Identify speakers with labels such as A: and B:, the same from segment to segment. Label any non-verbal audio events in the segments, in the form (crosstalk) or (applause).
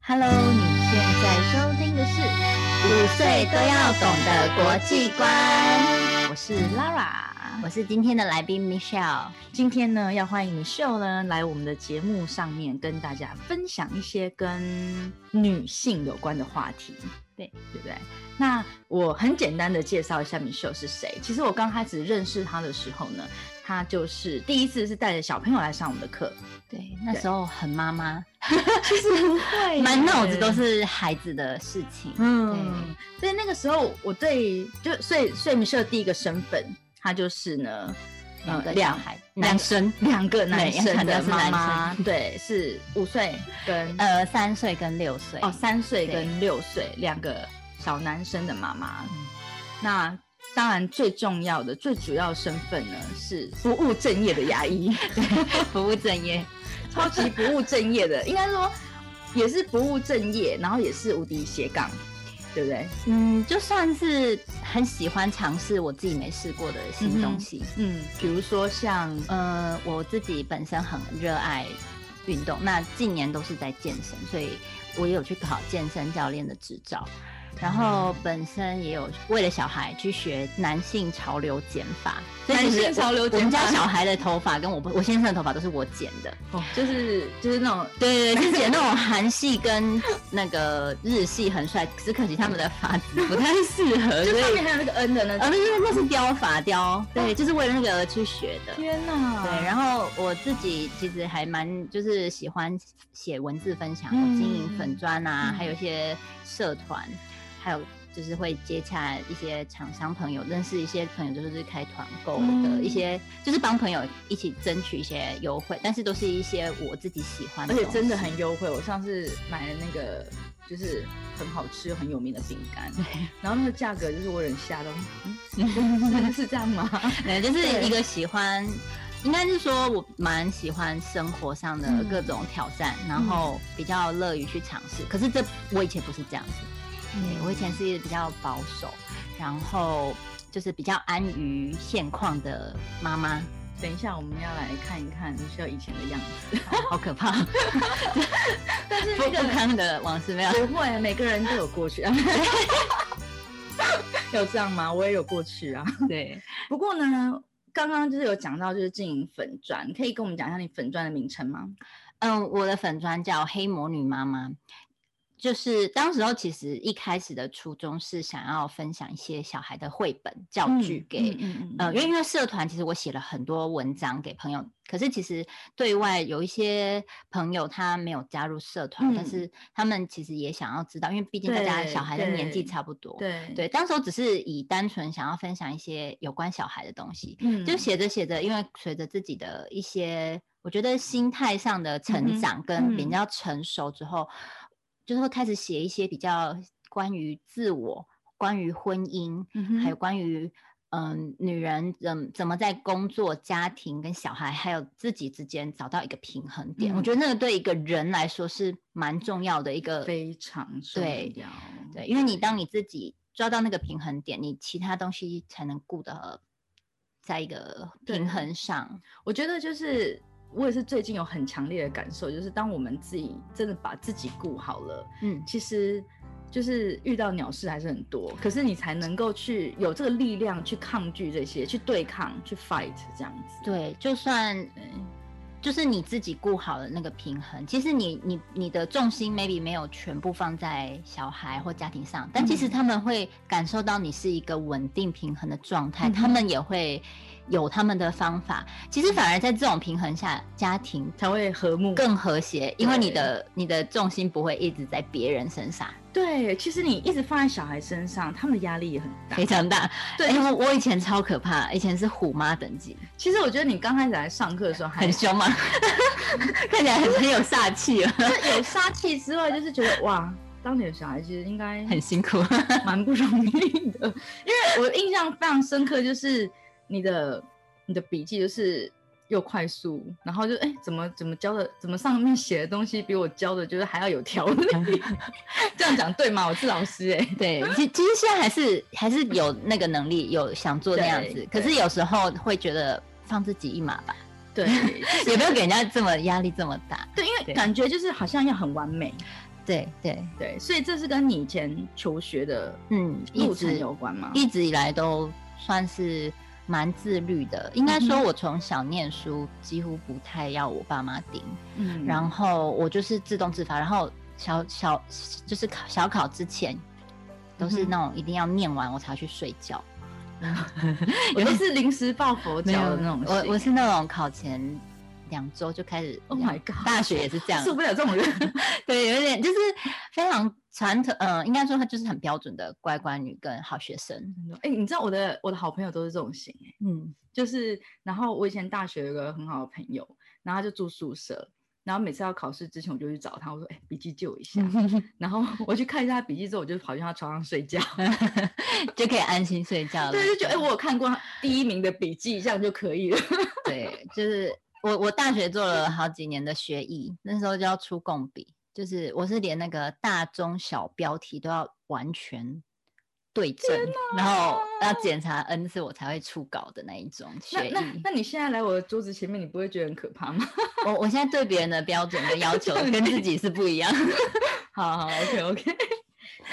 A: Hello，你现在收听的是《五岁都要懂的国际观》，我是 Lara，
B: 我是今天的来宾 Michelle。
A: 今天呢要欢迎 Michelle 呢来我们的节目上面跟大家分享一些跟女性有关的话题，
B: 对
A: 对不对？那我很简单的介绍一下 Michelle 是谁。其实我刚开始认识她的时候呢，她就是第一次是带着小朋友来上我们的课，
B: 对，那时候很妈妈，
A: 其实不会
B: 满脑子都是孩子的事情。
A: 嗯，所以那个时候我对就所以所以米歇尔第一个身份，他就是呢，
B: 嗯两个小
A: 两
B: 孩，
A: 两
B: 男生，
A: (laughs) 两个男
B: 对
A: 生
B: 强调
A: 的
B: 是
A: 妈
B: 男
A: 妈，对，是五岁跟
B: 呃，三岁跟六岁。
A: 哦三岁
B: 对
A: 跟六岁两个小男生的妈妈
B: 嗯。
A: 那当然最重要的、最主要身份呢是不务正业的牙 (laughs) 医，
B: 不务正业。
A: (laughs) 超级不务正业的，应该说也是不务正业，然后也是无敌斜杠，对不对？
B: 嗯，就算是很喜欢尝试我自己没试过的新东西。
A: 嗯，比如说像
B: 呃，我自己本身很热爱运动，那近年都是在健身，所以我也有去考健身教练的执照。然
A: 嗯
B: 后本身也有为了小孩去学男性潮流剪发，所以其实
A: 男性潮流
B: 我
A: 剪发
B: 我们家小孩的头发跟我我先生的头发都是我剪
A: (laughs)
B: 的，
A: 哦，就是就是那种
B: 对对对，是剪那种韩系跟那个日系很帅，只可惜他们的发质不太适
A: (laughs)
B: 合，
A: 就
B: 所
A: 上
B: 以
A: 面还有那个 N 的那种。
B: 呃那是那是雕发雕，对，就是为了那个而去学的。
A: 天哪！
B: 对，然后我自己其实还蛮就是喜欢写文字分享，
A: 嗯
B: 我经营粉砖啊，
A: 嗯
B: 还有一些社团，还有就是会接洽一些厂商朋友，认识一些朋友，就是开团购的
A: 嗯
B: 一些，就是帮朋友一起争取一些优惠，但是都是一些我自己喜欢的
A: 而
B: 东
A: 且
B: 西，
A: 真的很优惠，我上次买了那个就是很好吃又很有名的饼干，然后那个价格就是我有点吓到， (laughs) 嗯，是这样吗？
B: (laughs) 对，就是
A: 对
B: 一个喜欢，应该是说我蛮喜欢生活上的
A: 嗯
B: 各种挑战，然后比较乐于去尝试。可是这我以前不是这样子，对嗯我以前是比较保守，然后就是比较安于现况的妈妈， (laughs)
A: 等一下我们要来看一看你需要以前的样 (laughs) 子，
B: 好可怕， (laughs)
A: 但是
B: 不
A: 那
B: 不
A: 个
B: 堪的往事没有。
A: 不会，每个人都有过去啊。 (laughs) 有这样吗？我也有过去啊。
B: (laughs) 对，
A: 不过呢，刚刚就是有讲到就是经营粉砖，可以跟我们讲一下你粉砖的名称吗？
B: 嗯，我的粉砖叫黑魔女妈妈。就是当时候，其实一开始的初衷是想要分享一些小孩的绘本教具给
A: 嗯
B: 呃，因为因为社团其实我写了很多文章给朋友，可是其实对外有一些朋友他没有加入社团，但
A: 嗯
B: 是他们其实也想要知道，因为毕竟大家
A: 对
B: 小孩的年纪
A: 对
B: 差不多。
A: 对，
B: 对，当时我只是以单纯想要分享一些有关小孩的东西，
A: 嗯
B: 就写着写着，因为随着自己的一些，我觉得心态上的
A: 嗯
B: 成
A: 哼
B: 长跟比
A: 嗯
B: 较成熟之后，就是会开始写一些比较关于自我、关于婚姻，
A: 嗯哼
B: 还有关于嗯、女人怎怎么在工作、家庭跟小孩还有自己之间找到一个平衡点。我
A: 嗯
B: 觉得那个对一个人来说是蛮重要的一个
A: 非常重
B: 对
A: 要。
B: 对，因为你当你自己抓到那个平衡点，你其他东西才能顾得在一个
A: 对
B: 平衡上。
A: 我觉得就是我也是最近有很强烈的感受，就是当我们自己真的把自己顾好了，
B: 嗯，
A: 其实。就是遇到鸟事还是很多，可是你才能够去有这个力量去抗拒这些，去对抗，去 fight 这样子。
B: 对，就算嗯
A: 对，
B: 就是你自己顾好了那个平衡，其实你你你的重心 maybe 没有全部放在小孩或家庭上，但其实
A: 嗯
B: 他们会感受到你是一个稳定平衡的状态，
A: 嗯哼
B: 他们也会有他们的方法。其实反而在这种平衡下，家庭
A: 才会和睦。
B: 更和谐，因为你
A: 对
B: 的你的重心不会一直在别人身上，
A: 对，其实你一直放在小孩身上，他们的压力也很大
B: 非。常大。
A: 对
B: 因为、我我以前超可怕，以前是虎妈等级，
A: 其实我觉得你刚开始来上课的时候还
B: 很凶嘛， (laughs) 看起来很很有煞气哦了，
A: 就有杀气之外，就是觉得哇，当你的小孩其实应该
B: 很辛苦。
A: 蛮不容易的。因为我印象非常深刻，就是你的你的笔记就是又快速，然后就哎、怎么怎么教的，怎么上面写的东西比我教的就是还要有条 (laughs) 理。这样讲对吗？我是老师哎、
B: 对，其其实现在还是还是有那个能力，有想做那样子
A: 对，
B: 可是有时候会觉得放自己一马吧，
A: 对，就是
B: 也不要给人家这么压力这么大。
A: 对，因
B: 对
A: 为感觉就是好像要很完美，
B: 对对，
A: 对，所以这是跟你以前求学的
B: 嗯，一
A: 路
B: 直
A: 程有关吗？
B: 一直以来都算是蛮自律的。应该说，
A: 嗯哼
B: 我从小念书几乎不太要我爸妈盯，
A: 嗯
B: 然后我就是自动自发，然后小小就是考小考之前。都是
A: 嗯哼
B: 那种一定要念完我才去睡觉，
A: 我就是临时抱佛脚的那种型。
B: 我我是那种考前两周就开始
A: Oh my god
B: 大学也是这样，
A: 受不了这种人。 (laughs)
B: 对，有一点就是非常传统，嗯、应该说她就是很标准的乖乖女跟好学生。
A: 哎、你知道我的我的好朋友都是这种型、欸，
B: 嗯，
A: 就是，然后我以前大学有个很好的朋友，然后他就住宿舍，然后每次要考试之前我就去找他，我说：“哎、笔记借我 (laughs) 一下。然后我去看一下他笔记之后，我就跑去他床上 (laughs) 睡觉。
B: 就可以安心睡觉了。
A: 对，就觉得哎、我有看过他第一名的笔记，这样就可以了。 (laughs)
B: 对，就是我我大学做了好几年的学艺，那时候就要出共笔，就是我是连那个大中小标题都要完全。对正，然后要检查 n 次我才会出稿的那一种
A: 那
B: 学艺。
A: 那那你现在来我的桌子前面，你不会觉得很可怕吗？
B: 我我现在对别人的标准跟要求
A: 对
B: 跟自己是不一样。 (laughs)
A: 好好，OK OK。哎哎，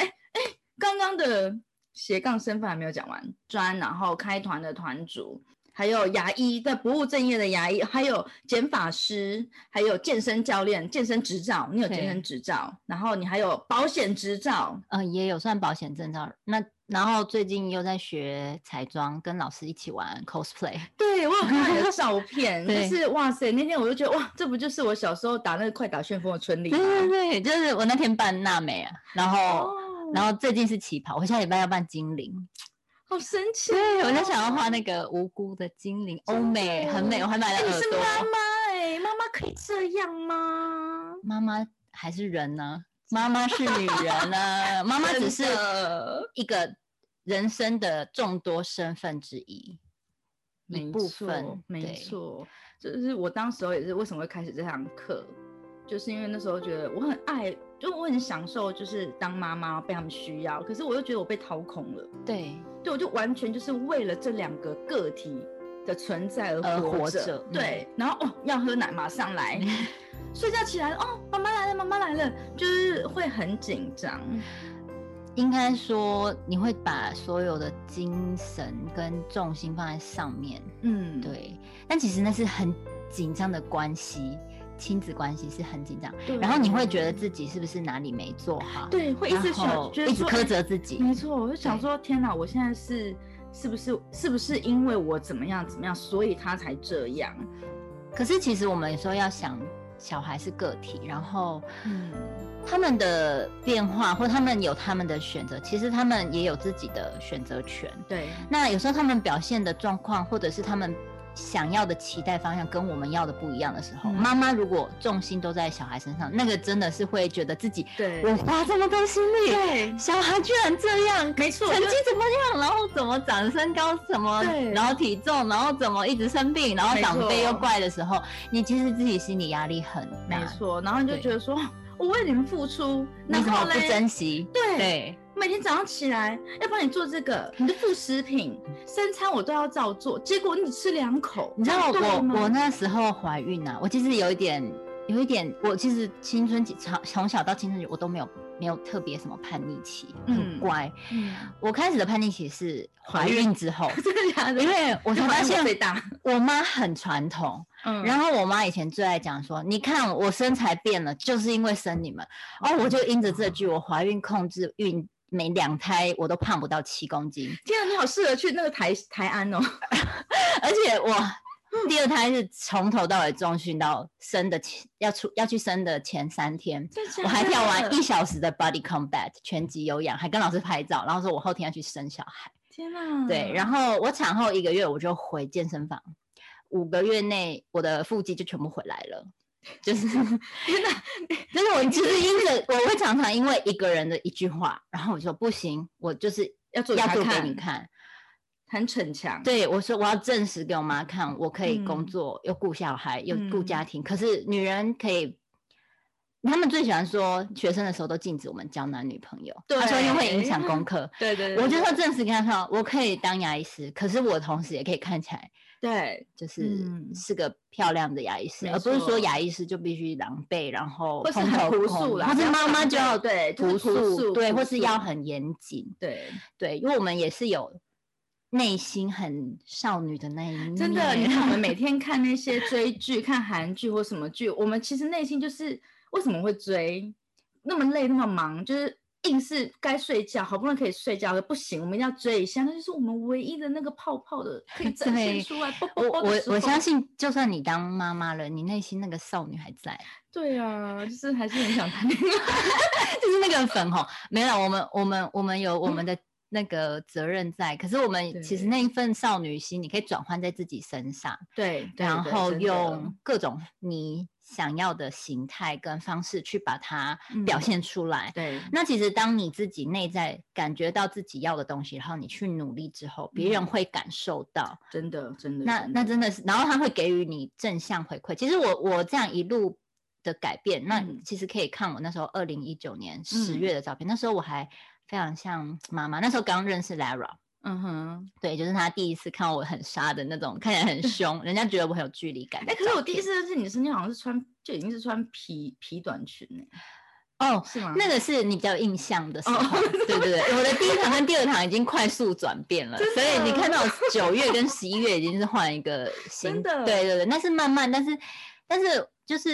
A: 刚刚的斜杠身份还没有讲完，专，然后开团的团主，还有牙医，对，不务正业的牙医，还有减法师，还有健身教练、健身执照，你有健
B: 对
A: 身执照，然后你还有保险执照，
B: 呃，也有算保险证照。那然后最近又在学彩妆，跟老师一起玩 cosplay。
A: 对我有看到你的照片，就
B: (laughs) 对
A: 是哇塞，那天我就觉得哇，这不就是我小时候打那个快打旋风的春丽吗哦
B: 对？对对，就是我那天扮娜美啊，然后、然后最近是旗袍，我下礼拜要扮精灵。
A: 好神奇哦！
B: 对，我就想要画那个无辜的精灵，欧美很美，我还买
A: 哎
B: 了
A: 你
B: 耳
A: 是
B: 朵。
A: 妈妈哎，妈妈可以这样吗？
B: 妈妈还是人呢、妈妈是女人呢、妈妈只是
A: 真的
B: 一个人生的众多身份之一，一
A: 没
B: 部
A: 错
B: 分
A: 没
B: 对
A: 错，就是我当时候也是为什么会开始这堂课，就是因为那时候觉得我很爱，就我很享受，就是当妈妈被他们需要，可是我又觉得我被掏空了，
B: 对。
A: 对，我就完全就是为了这两个个体的存在而
B: 而活
A: 着，
B: 着嗯
A: 对，然后哦要喝奶马上
B: (laughs)
A: 来，睡觉起来哦妈妈来了妈妈来了，就是会很紧张，
B: 嗯应该说，你会把所有的精神跟重心放在上面，
A: 嗯，，
B: 对。但其实那是很紧张的关系，亲子关系是很紧张。然后你会觉得自己是不是哪里没做好？，
A: 对会一直
B: 然后
A: 想觉得
B: 一直
A: 说
B: 苛
A: 哎
B: 责自己。
A: 没错，我就想
B: 对
A: 说，天哪，我现在是是不是是不是因为我怎么样怎么样，所以他才这样？
B: 可是其实我们有时候要想，小孩是个体，然后
A: 嗯，
B: 他们的变化或他们有他们的选择，其实他们也有自己的选择权。
A: 对，
B: 那有时候他们表现的状况，或者是他们想要的期待方向跟我们要的不一样的时候，
A: 嗯
B: 妈妈如果重心都在小孩身上，那个真的是会觉得自己，
A: 对
B: 我花这么多心力，
A: 对，
B: 小孩居然这样，
A: 没错，
B: 成
A: 就
B: 绩怎么样，然后怎么长身高，怎么
A: 对，
B: 然后体重，然后怎么一直生病，然后
A: 没
B: 长辈又
A: 错
B: 怪的时候，你其实自己心理压力很大
A: 没，错。然后你就
B: 对
A: 觉得说，我为你们付出，
B: 你
A: 然
B: 怎么
A: 后
B: 不
A: 嘞，
B: 珍惜？
A: 对
B: 对。
A: 每天早上起来要帮你做这个，你的副食品、三餐我都要照做，结果你只吃两口，
B: 你知道
A: 这样对吗
B: 我我那时候怀孕啊，我其实有一点有一点，我其实青春期从从小到青春期我都没有没有特别什么叛逆期，
A: 嗯
B: 很乖。 (laughs)
A: 嗯，
B: 我开始的叛逆期是怀
A: 怀，
B: 孕之后
A: (laughs) 真的假的？
B: 因为我才发
A: 最
B: 现
A: 大，
B: 我妈很传统，
A: 嗯
B: 然后我妈以前最爱讲说，你看我身材变了，就是因为生你们。哦，我就因着这句，我怀孕控制孕。每两胎我都胖不到七公斤，
A: 天啊，你好适合去那个台台安哦，
B: 而且我第二胎是从头到尾中训到生的前要出要去生的前三天，
A: (laughs)
B: 我还跳完一小时的 body combat 拳击有氧，还跟老师拍照，然后说我后天要去生小孩。
A: 天哪，
B: 对，然后我产后一个月我就回健身房，五个月内我的腹肌就全部回来了。就是， (laughs) 真的，就是我其实因着我会常常因为一个人的一句话，然后我说不行，我就是
A: 要做给
B: 要
A: 他
B: 做给
A: 看
B: 你看，
A: 很逞强，
B: 对，我说我要证实给我妈看，我可以工
A: 嗯
B: 作，又顾小孩，又顾家
A: 嗯。
B: 庭。可是女人可以，他们最喜欢说学生的时候都禁止我们交男女朋友，他说又会影响功课
A: 对对
B: 我就说证实给他看，我可以当牙医师，可是我同时也可以看起来
A: 对，
B: 就是
A: 嗯
B: 是个漂亮的牙医师，
A: 没
B: 而不是说
A: 错
B: 牙医师就必须狼狈，然后
A: 或是
B: 蓬
A: 很
B: 头
A: 朴
B: 垢
A: 素
B: 面
A: 啦
B: 或
A: 不
B: 是
A: 要
B: 妈妈
A: 狼
B: 就要
A: 狈对就是
B: 朴
A: 朴
B: 素，
A: 素
B: 对，
A: 朴
B: 或是要
A: 素
B: 很严谨，
A: 对，
B: 对，因为我们也是有内心很少女的那一面，
A: 真的，你看我们每天看那些追剧、看韩剧或什么剧，我们其实内心就是为什么会追，那么累那么忙，就是硬是该睡觉，好不容易可以睡觉了，不行，我们一定要追一下，那就是我们唯一的那个泡泡的可以展
B: 对
A: 现出来。啵啵
B: (laughs) 我
A: 啵的
B: 我
A: 时
B: 我相
A: 候，
B: 信，就算你当妈妈了，你内心那个少女还在，
A: 对啊，就是还是很想谈恋爱。
B: (laughs) 就是那个粉红。没有，我们我们我们有我 (laughs) 们的那个责任在，可是我们其实
A: 对
B: 那一份少女心，你可以转换在自己身上，
A: 对，对
B: 然
A: 对
B: 后
A: 真的
B: 用各种你想要的形态跟方式去把它
A: 嗯
B: 表现出来。
A: 对
B: 那其实，当你自己内在感觉到自己要的东西，然后你去努力之后，别人
A: 嗯
B: 会感受到，
A: 真的真的
B: 那那
A: 真
B: 真的是，然后他会给予你正向回馈。其实我我这样一路的改变，那
A: 嗯
B: 其实可以看我那时候二零一九年十
A: 嗯
B: 月的照片，那时候我还非常像妈妈，那时候刚认识 Lara，
A: 嗯哼，
B: 对，就是她第一次看我很杀的那种，看起来很凶，人家觉得我很有距离感的
A: 哎，可
B: 照片。
A: 是我第一次认识你的时候，你好像是穿就已经是穿皮皮短裙哎，
B: 哦。
A: 是吗？
B: 那个是你比较有印象的时
A: 嗯哦
B: 候，对 (laughs) 对对，我的第一堂跟第二堂已经快速转变了，所以你看到我九月跟十一月已经是换
A: (laughs)
B: 一个新，
A: 真的
B: 对对对，那是慢慢，但是但是就是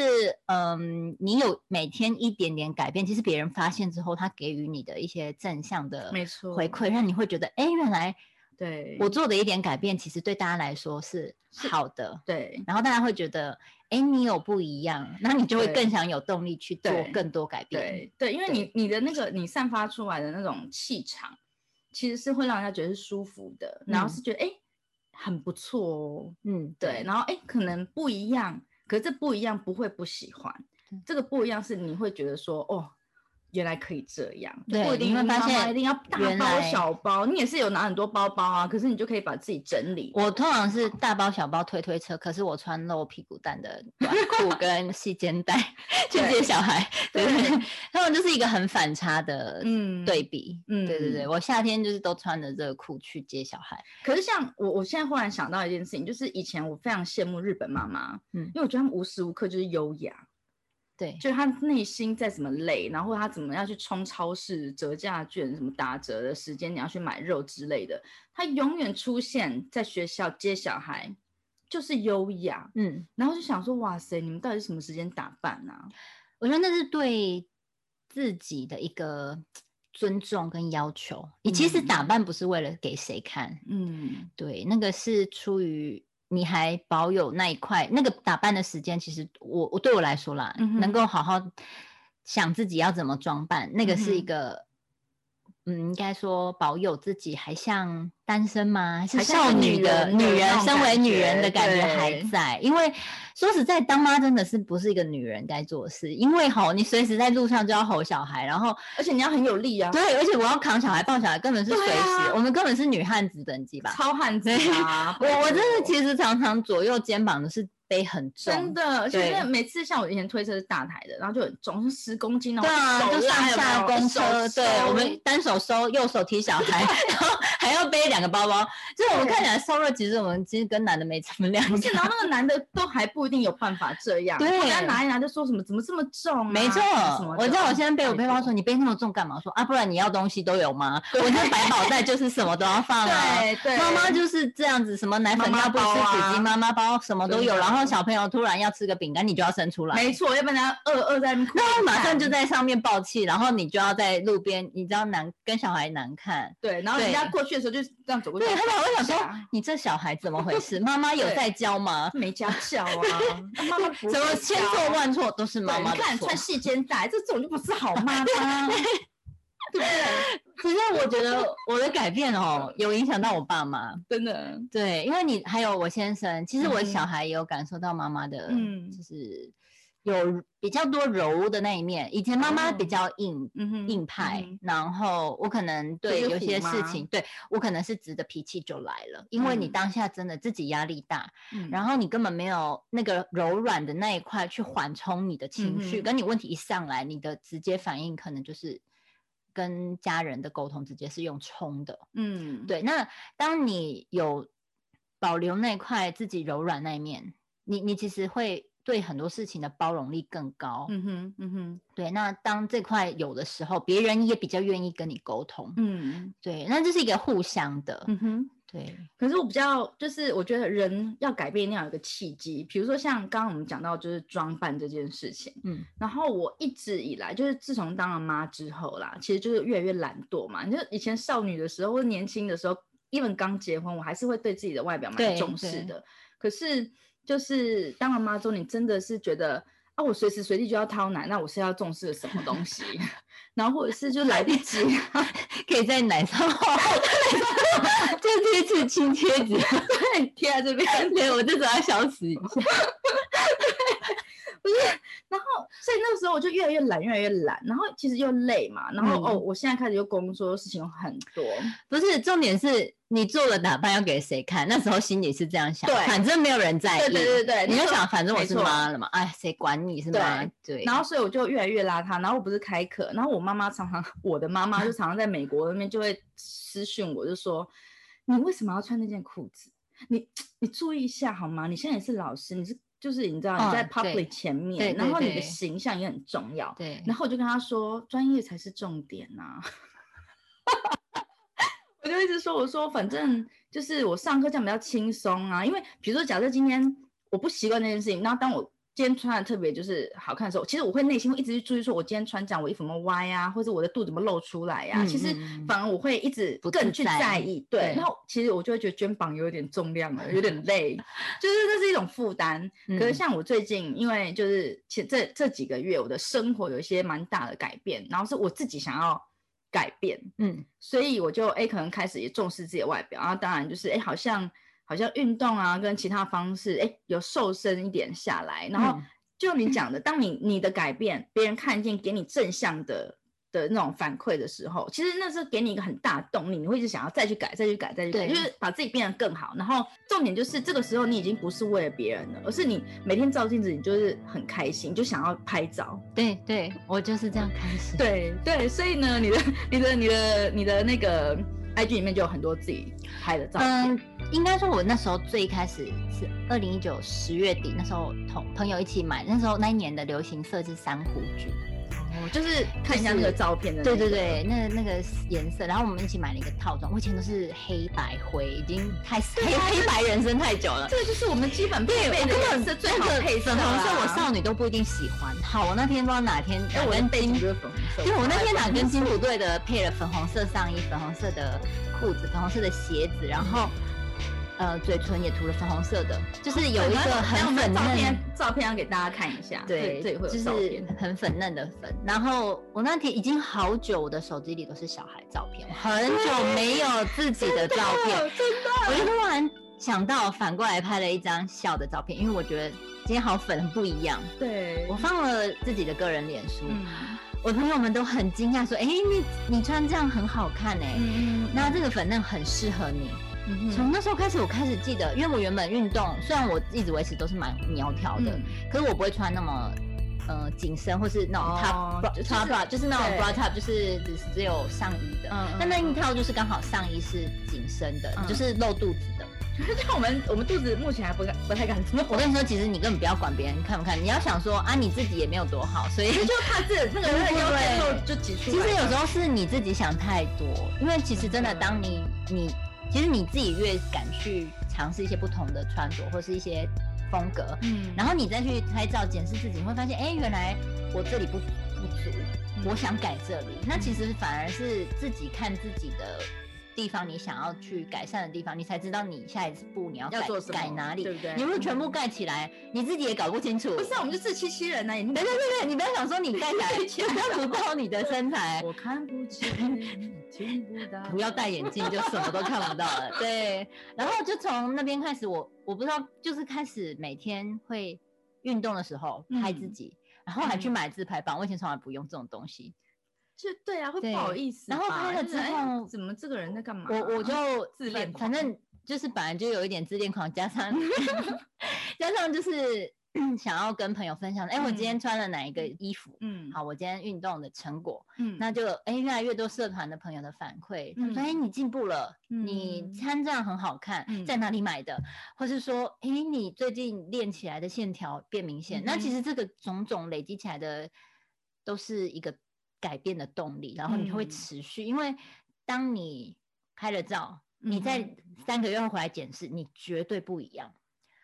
B: 嗯，你有每天一点点改变，其实别人发现之后，他给予你的一些正向的
A: 没错
B: 回馈，让你会觉得，哎，原来
A: 对，
B: 我做的一点改变，其实对大家来说是好的，
A: 对。
B: 然后大家会觉得，哎，你有不一样，那你就会
A: 对
B: 更想有动力去做
A: 对
B: 更多改变。
A: 对对，因为
B: 对
A: 你你的那个你散发出来的那种气场，其实是会让人家觉得是舒服的，然后
B: 嗯
A: 是觉得哎、诶很不错哦，
B: 嗯，
A: 对，然后哎、诶可能不一样，可是这不一样不会不喜欢
B: 对，
A: 这个不一样是你会觉得说哦。原来可以这样，就
B: 对
A: 不一定
B: 你会
A: 妈
B: 发
A: 妈
B: 现
A: 一定要
B: 原
A: 大包
B: 来
A: 小包，你也是有拿很多包包啊，可是你就可以把自己整理。
B: 我通常是大包小包推推车，可是我穿露屁股蛋的短
A: (laughs)
B: 裤跟细肩带去接
A: 对
B: 小孩，对
A: 对， (laughs)
B: 他们就是一个很反差的
A: 嗯，
B: 对比。
A: 嗯
B: 对对对，我夏天就是都穿着热裤去接小孩，
A: 可是像我，我现在忽然想到一件事情，就是以前我非常羡慕日本妈妈，
B: 嗯
A: 嗯，因为我觉得她们无时无刻就是优雅，
B: 对，
A: 就是她内心再怎么累，然后她怎么样去冲超市折价券、什么打折的时间，你要去买肉之类的，她永远出现在学校接小孩，就是优雅。
B: 嗯，
A: 然后就想说，哇塞，你们到底是什么时间打扮啊？
B: 我觉得那是对自己的一个尊重跟要求。你其实打扮不是为了给谁看，
A: 嗯，
B: 对，那个是出于你还保有那一块那个打扮的时间，其实我我对我来说啦，
A: 嗯
B: 能
A: 哼
B: 够好好想自己要怎么装扮，那个是一
A: 嗯哼
B: 个。嗯，应该说保有自己还像单身吗？还是
A: 还像
B: 少
A: 是
B: 女
A: 女
B: 的
A: 人的那
B: 人，
A: 种
B: 身为
A: 感
B: 女人
A: 觉
B: 的感觉还
A: 对
B: 在。因为说实在，当妈真的是不是一个女人该做的事，因为吼，你随时在路上就要吼小孩，然后
A: 而且你要很有力啊，
B: 对，而且我要扛小孩、抱小孩，根本是随
A: 对
B: 时，
A: 啊
B: 我们根本是女汉子等级吧？
A: 糙汉子
B: 对
A: 啊！
B: (laughs) 我我
A: 拜
B: 真的
A: 托
B: 其实常常左右肩膀都是背很重，
A: 真的，而且
B: 对
A: 那每次像我以前推车是大台的，然后就很重，是十公斤，然后
B: 对啊，
A: 手
B: 就上
A: 拉有没
B: 下
A: 有
B: 公
A: 一手
B: 车，对
A: 收
B: 我们单手收，右手提小孩，然后还要背两个包包，就是我们
A: 对
B: 看起来瘦弱，其实我们其实跟男的没什么两
A: 不
B: 样
A: 是，。然后那个男的都还不一定有办法这样，
B: 对
A: 人家拿一拿就说什么怎么这么重啊、
B: 没错
A: 什么，的
B: 我知道我现在背我
A: 拜
B: 背包
A: 托
B: 说你背那么重干嘛？我说啊，不然你要东西都有吗？我这百宝袋就是什么都要放啊。
A: 对哎对，
B: 妈妈就是这样子，什么奶粉、
A: 妈妈
B: 尿布、
A: 包
B: 湿纸巾、
A: 啊
B: 妈妈包什么都
A: 真
B: 有。
A: 的
B: 然后小朋友突然要吃个饼干，你就要伸出来。
A: 没错，要不然他饿饿在那边哭
B: 那
A: 一
B: 马上
A: 餐
B: 就在上面爆气，然后你就要在路边，你知道难跟小孩难看。
A: 对，然后人
B: 对
A: 家过去的时候就这样走过去，
B: 对他们会想说
A: 下，
B: 你这小孩怎么
A: (laughs)
B: 回事？妈妈有
A: 对
B: 在教吗？
A: 没家教啊，
B: (laughs)
A: 啊妈妈不
B: 什么
A: 会
B: 千
A: 教
B: 错万错都是妈
A: 对
B: 妈
A: 你
B: 的
A: 看
B: 错 (laughs)
A: 穿。细肩带，这种就不是好妈妈，对不
B: (laughs)
A: 对？
B: 可是我觉得我的改变哦，有影响到我爸妈。
A: 真的，
B: 对，因为你还有我先生，其实我
A: 嗯
B: 小孩也有感受到妈妈的，
A: 嗯
B: 就是有比较多柔的那一面。以前妈妈比
A: 哦
B: 较硬，
A: 嗯哼
B: 硬派，
A: 嗯哼
B: 然后我可能对
A: 就是
B: 有些
A: 虎
B: 事
A: 妈
B: 情，对我可能是直的脾气就来了，因为你
A: 嗯
B: 当下真的自己压力大，
A: 嗯
B: 然后你根本没有那个柔软的那一块去缓冲你的情绪，
A: 嗯哼
B: 跟你问题一上来，你的直接反应可能就是跟家人的沟通直接是用冲的，
A: 嗯，
B: 对。那当你有保留那块自己柔软那一面，你你其实会对很多事情的包容力更高。
A: 嗯哼，嗯哼，
B: 对，那当这块有的时候，别人也比较愿意跟你沟通。
A: 嗯
B: 对，那这是一个互相的。
A: 嗯哼。
B: 对，
A: 可是我比较就是，我觉得人要改变一定要有一个契机，比如说像刚刚我们讲到就是装扮这件事情，
B: 嗯，
A: 然后我一直以来就是自从当了妈之后啦，其实就是越来越懒惰嘛。你就以前少女的时候或者年轻的时候，even 刚结婚，我还是会对自己的外表蛮
B: 对
A: 重视
B: 对
A: 的。可是就是当了妈之后，你真的是觉得啊，我随时随地就要掏奶，那我是要重视什么东西？ (laughs) 然后或者是就来不 (laughs) 及、啊，
B: 可以在奶上画就贴纸亲贴纸。
A: 对，贴在这边。
B: 对我这种要消失一下。
A: 然后，所以那个时候我就越来越懒，越来越懒，然后其实又累嘛，然后、
B: 嗯
A: 哦，我现在开始又工作，事情有很多，
B: 不是，重点是你做了打扮要给谁看？那时候心里是这样想，
A: 对
B: 反正没有人在意。
A: 对对对对，
B: 你
A: 那
B: 就
A: 时候
B: 想，反正我
A: 没
B: 是
A: 错
B: 妈了嘛，哎，谁管你是妈？对，
A: 然后所以我就越来越邋遢，然后我不是开课，然后我妈妈常常，我的妈妈就常常在美国那边就会私讯我，就说你为什么要穿那件裤子？你你注意一下好吗？你现在也是老师，你是就是你知道你在
B: 嗯对
A: public 前面，
B: 对对
A: 然后你的
B: 对
A: 形象也很重要，
B: 对，
A: 然后我就跟他说，专业才是重点呐、 (laughs) 我就一直说，我说反正就是我上课这样比较轻松啊，因为比如说假设今天我不习惯那件事情，然后当我今天穿的特别就是好看的时候，其实我会内心会一直去注意，说我今天穿这样我衣服有没有歪啊，或者我的肚子有没有露出来呀、啊。
B: 嗯
A: 其实
B: 嗯嗯
A: 反而我会一直
B: 不
A: 更
B: 自
A: 去
B: 在
A: 在意，对。
B: 对
A: 然后其实我就会觉得肩膀有点重量了，有点累，就是这是一种负担。可是
B: 嗯
A: 像我最近，因为就是前这这几个月，我的生活有一些蛮大的改变，然后是我自己想要改变，
B: 嗯，
A: 所以我就哎、诶可能开始也重视自己的外表，然后当然就是哎、诶好像好像运动啊跟其他方式哎、诶有瘦身一点下来，然后
B: 嗯
A: 就你讲的，当你你的改变别人看见给你正向的。的那种反馈的时候，其实那是给你一个很大的动力，你会一直想要再去改、再去改、再去改，就
B: 对
A: 是把自己变得更好。然后重点就是这个时候你已经不是为了别人了，而是你每天照镜子，你就是很开心，你就想要拍照，
B: 对对，我就是这样开始。
A: 对对，所以呢，你的、你的、你的、你的那个 IG 里面就有很多自己拍的照片。
B: 嗯，应该说，我那时候最开始是二零一九十月底，那时候同朋友一起买，那时候那一年的流行色是珊瑚橘，
A: 哦，就是看一下那个照片的、
B: 嗯对对，对，那那个颜色，然后我们一起买了一个套装，我以前都是黑白灰，已经太 (laughs) 黑黑白人生太久了。
A: 这个就是我们基本配备
B: 我
A: 的
B: 根
A: 颜
B: 本
A: 色最好
B: 那个
A: 配色
B: 粉
A: 啦
B: 红色，我少女都不一定喜欢。好，我那天不知道哪天，
A: 哎，我的
B: 跟
A: 背景
B: 金
A: 就是粉红色。
B: 因为我那天哪跟金普队的配了粉红色上衣、粉红色的裤子、粉红色的鞋子，然后呃嘴唇也涂了粉红色的，就是有一个
A: 哦那我
B: 很
A: 们
B: 粉
A: 照
B: 嫩
A: 片，照片要给大家看一下，
B: 对，
A: 这里会
B: 就
A: 有照
B: 是
A: 片。
B: 很粉嫩的粉。然后我那天已经好久，我的手机里都是小孩照片，我很久没有自己的照片，
A: 哦真的，
B: 我就突然想到反过来拍了一张笑的照片，因为我觉得今天好粉很不一样。
A: 对
B: 我，放了自己的个人脸书，
A: 嗯
B: 我朋友们都很惊讶说：“哎、你你穿这样很好看哎、
A: 嗯
B: 那这个粉嫩很适合你。
A: 嗯
B: 从那时候开始，我开始记得，因为我原本运动，虽然我一直维持都是蛮苗条
A: 嗯
B: 的，可是我不会穿那么呃紧身或是那种 top
A: 哦
B: bra-
A: 就是
B: top bra，就是那种
A: 对
B: bra top，就是只是只有上衣的。
A: 嗯
B: 那那一
A: 嗯
B: 套就是刚好上衣是紧身的，
A: 嗯
B: 就是露肚子的。
A: (laughs) 像我们我们肚子目前还不敢不太敢动，
B: 我跟你说，其实你根本不要管别人看不看，你要想说啊，你自己也没有多好，所以
A: 就怕自己那个
B: 对对
A: 腰
B: 对
A: 间肉就挤出
B: 其
A: 来。
B: 实有时候是你自己想太多，因为其实真的，
A: 真的
B: 当你你其实你自己越敢去尝试一些不同的穿着或是一些风格，
A: 嗯
B: 然后你再去拍照检视自己，你会发现，哎，原来我这里不不足，我想改这里。那其实反而是自己看自己的地方，你想要去改善的地方，你才知道你下一步你要
A: 要
B: 改
A: 做什么，
B: 改哪里
A: 对。不对？
B: 你如果全部盖起来，你自己也搞不清楚。
A: 不是啊，我们就自欺欺人呢、啊，眼睛 (laughs)
B: 对对对对，你不要想说 (laughs) 你盖起来看不到你的身材，
A: 我看不见，听不到。
B: 不要戴眼镜就什么都看不到了。 (laughs) 对，然后就从那边开始我，我不知道，就是开始每天会运动的时候拍自
A: 嗯
B: 己，然后还去
A: 嗯
B: 买自拍棒，我以前从来不用这种东西。
A: 就对啊，会
B: 对
A: 不好意思吧。
B: 然后拍了
A: 就是
B: 之
A: 哎
B: 后
A: 怎么这个人在干嘛？
B: 我我就
A: 啊自
B: 反
A: 恋
B: 反
A: 狂 (laughs)
B: 正就是本来就有一点自恋狂，加上加上就是想要跟朋友分享，哎、我今天穿了哪一个衣服？
A: 嗯，
B: 好，我今天运动的成果，
A: 嗯，
B: 那就哎、越来越多社团的朋友的反馈，他们说
A: 嗯
B: 哎、你进步了，你
A: 嗯
B: 参战很好看，
A: 嗯
B: 在哪里买的？或是说哎、你最近练起来的线条变明显，那
A: 嗯
B: 其
A: 哼
B: 实这个种种累积起来的都是一个改变的动力，然后你会
A: 嗯
B: 持续，因为当你拍了照，你
A: 嗯
B: 在三个月后回来检视，你绝对不一样。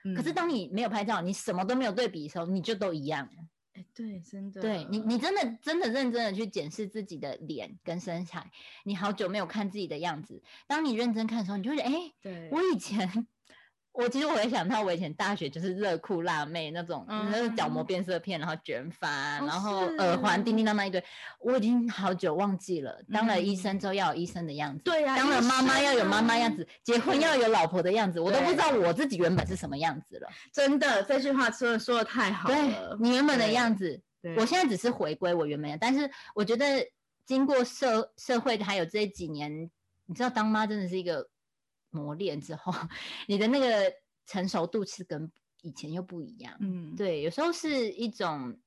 A: 嗯
B: 可是当你没有拍照，你什么都没有对比的时候，你就都一样。
A: 哎、对，真的，
B: 对你，你真的真的认真的去检视自己的脸跟身材，你好久没有看自己的样子。当你认真看的时候，你就会觉得，哎、
A: 对，
B: 我以前，我其实我也想到，我以前大学就是热裤辣妹那种，
A: 嗯
B: 那个角膜变色片，然后卷发，
A: 哦
B: 然后
A: 是
B: 耳环叮叮当当一堆，我已经好久忘记了。当了医生之后要有医生的样子，
A: 嗯对啊
B: 当了
A: 医
B: 妈妈要有妈妈样
A: 生啊
B: 子，结婚要有老婆的样子，我都不
A: 对
B: 知道我自己原本是什么样子了。
A: 真的这句话真的说的太好
B: 对
A: 了。
B: 你原本的
A: 对
B: 样子，
A: 对
B: 我现在只是回归我原本的，但是我觉得经过社社会还有这几年，你知道当妈真的是一个磨练之后， (laughs) 你的那个成熟度是跟以前又不一样。
A: 嗯，
B: 对，有时候是一种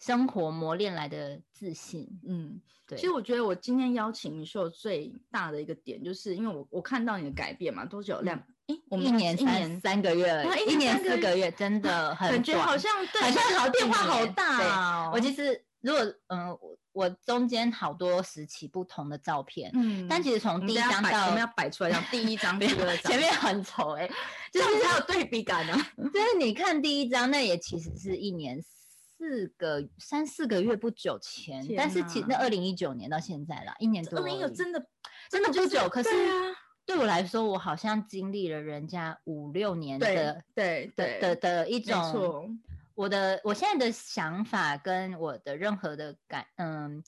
B: 生活磨练来的自信。
A: 嗯，
B: 对，
A: 其实我觉得我今天邀请你秀最大的一个点，就是因为我我看到你的改变嘛，多久两？哎、我们
B: 一年
A: 一
B: 三
A: 年
B: 三个月而
A: 啊
B: 已，
A: 一
B: 一
A: 年
B: 年
A: 三个
B: 四个月，真的很
A: (laughs) 感觉
B: 短
A: 好像对，
B: 好像好几
A: 变化好
B: 年对
A: 大、哦。
B: 我其实如果嗯，我我中间好多时期不同的照片，
A: 嗯
B: 但其实
A: 我
B: 从
A: 们
B: 第一
A: 等下
B: 张
A: 摆我
B: 到
A: 们要摆出来，讲第一 (laughs) 张第二张，
B: 前面很丑哎、
A: 这样才有对比感 (laughs) 啊。
B: 就是你看第一张，那也其实是一年四个三四个月不久前，
A: 天
B: 但是其
A: 哪
B: 那二零一九年到现在啦，一年多
A: 二
B: 而已，
A: 零一九真的
B: 真的不
A: 就是
B: 久，可是
A: 对啊，
B: 对我来说，我好像经历了人家五六年的
A: 对
B: 的
A: 对
B: 的的一
A: 没
B: 种
A: 错，
B: 我的我现在的想法跟我的任何的感嗯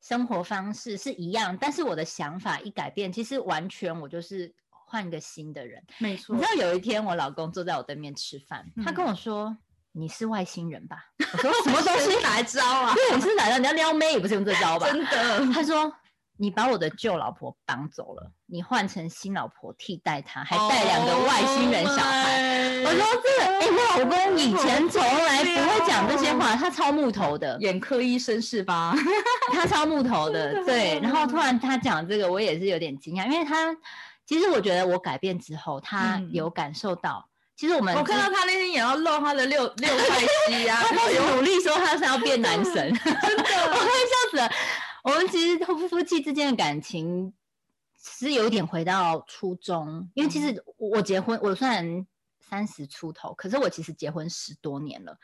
B: 生活方式是一样，但是我的想法一改变，其实完全我就是换个新的人。
A: 没错
B: 你知。道有一天我老公坐在我对面吃饭，他跟
A: 嗯
B: 我说：“你是外星
A: (laughs)
B: 人吧？”我说：“什么东西？
A: 哪招啊？
B: 对，你是哪样？你要撩妹也不是用这招吧？”
A: (laughs) 真的，
B: 他说：“你把我的旧老婆绑走了，你换成新老婆替代她，还带两个外星人小孩。
A: 孩
B: 我说这个，哎、我老公以前从来不会讲这些
A: 哦好哦
B: 话，他超木头的，
A: 眼科医生是吧？
B: 他超木头
A: 真
B: 的，
A: 的哦
B: 对。然后突然他讲这个，我也是有点惊讶，因为他其实我觉得我改变之后，他
A: 嗯
B: 有感受到，其实我们
A: 我看
B: 之
A: 到他那天也要露他的
B: (laughs)
A: 六六块肌啊，
B: 他开始努力说他是要变男神，真的， (laughs) 我快笑死了。我们其实夫夫妻之间的感情是有点回到初中，因为其
A: 嗯
B: 实我我结婚，我虽然三十出头，可是我其实结婚十多年了。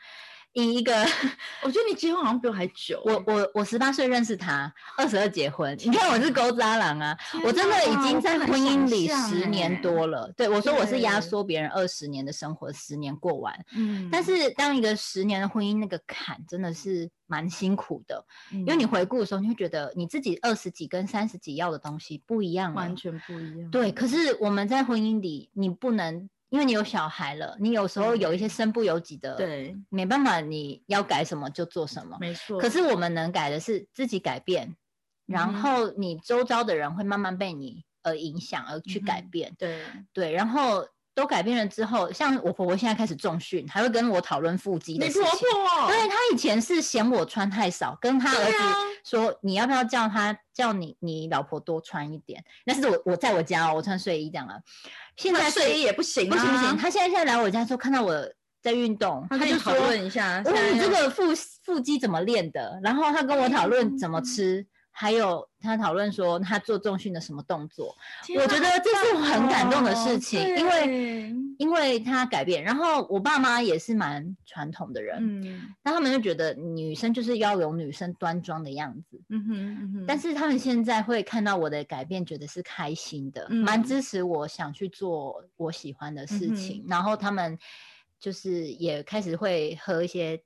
B: 以一个 (laughs)
A: 我觉得你结婚好像比我还久欸。
B: 我我我十八岁认识他，二十二结婚，你看我是勾渣郎啊！
A: 天
B: 我真的已
A: 哪
B: 经在婚姻里
A: 我不敢想
B: 十
A: 欸
B: 年多了。对我说，我是压
A: 对
B: 缩别人二十年的生活，十年过完。
A: 嗯
B: 但是当一个十年的婚姻，那个坎真的是蛮辛苦的，
A: 因
B: 因为你回顾的时候，你会觉得你自己二十几跟三十几要的东西不一样了
A: 完全不一样。
B: 对。可是我们在婚姻里，你不能。因为你有小孩了，你有时候有一些身不由己的，，
A: 嗯对，
B: 没办法，你要改什么就做什么。
A: 没错。
B: 可是我们能改的是自己改变，然
A: 嗯哼
B: 后你周遭的人会慢慢被你而影响而去改
A: 嗯哼
B: 变。
A: 对，
B: 对，然后都改变了之后，像我婆婆现在开始重训，还会跟我讨论腹肌的
A: 你
B: 事
A: 婆
B: 情。
A: 婆
B: 对她以前是嫌我穿太少，跟她儿
A: 对啊
B: 子说你要不要叫她叫你你老婆多穿一点。那是我我在我家哦，我穿睡衣这样啊。现在
A: 那
B: 是
A: 睡衣也不行啊，
B: 不行不行，她现在现在来我家之后看到我在运动，
A: 他
B: 她
A: 跟
B: 就
A: 你
B: 说
A: 讨论一下，
B: 哦，
A: 现
B: 你
A: 在
B: 这
A: 要
B: 个腹腹肌怎么练的？然后他跟我讨论怎么
A: 嗯
B: 吃，还有他讨论说他做重训的什么动作。
A: 天
B: 我
A: 哪
B: 觉得这是我很感动的事情，
A: 哦
B: 因为
A: 对
B: 因为他改变。然后我爸妈也是蛮传统的人，
A: 嗯
B: 那、他们就觉得女生就是要有女生端庄的样子。
A: 嗯哼嗯哼，
B: 但是他们现在会看到我的改变，觉得是开心的，蛮、
A: 嗯
B: 支持我想去做我喜欢的事情。
A: 嗯
B: 然后他们就是也开始会喝一些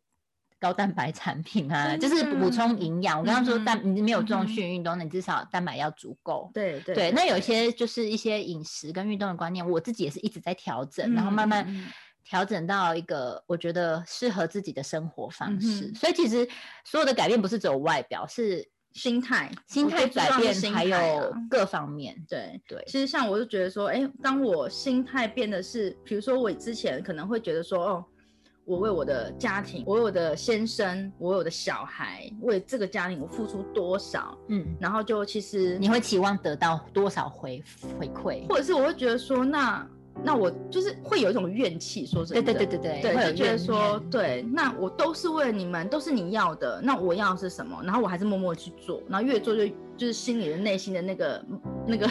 B: 高蛋白产品啊，
A: 真
B: 就是补
A: 的
B: 充营养。我刚刚说蛋，你没有重
A: 嗯哼
B: 训运动，你至少蛋白要足够。
A: 对对
B: 对，那有些就是一些饮食跟运动的观念，我自己也是一直在调整，然后慢慢
A: 嗯嗯嗯
B: 调整到一个我觉得适合自己的生活方式。
A: 嗯哼
B: 所以其实所有的改变不是只有外表，是
A: 心态
B: 心
A: 我觉
B: 态
A: 得最重
B: 改
A: 要
B: 变
A: 是，心
B: 还
A: 态啊
B: 有各方面。
A: 对。
B: 对，
A: 其实像我就觉得说，哎，当我心态变得是，比如说我之前可能会觉得说，哦，我为我的家庭，我为我的先生，我为我的小孩，为这个家庭我付出多少，
B: 嗯，
A: 然后就其实
B: 你会期望得到多少回回馈？
A: 或者是我会觉得说，那那我就是会有一种怨气，说真
B: 对
A: 的，
B: 对对对对，会有
A: 对，就觉得
B: 怨
A: 说
B: 念，
A: 对，那我都是为了你们，都是你要的，那我要的是什么？然后我还是默默地去做，然后越做就就是心里的内心的那个那
B: (laughs)
A: 个，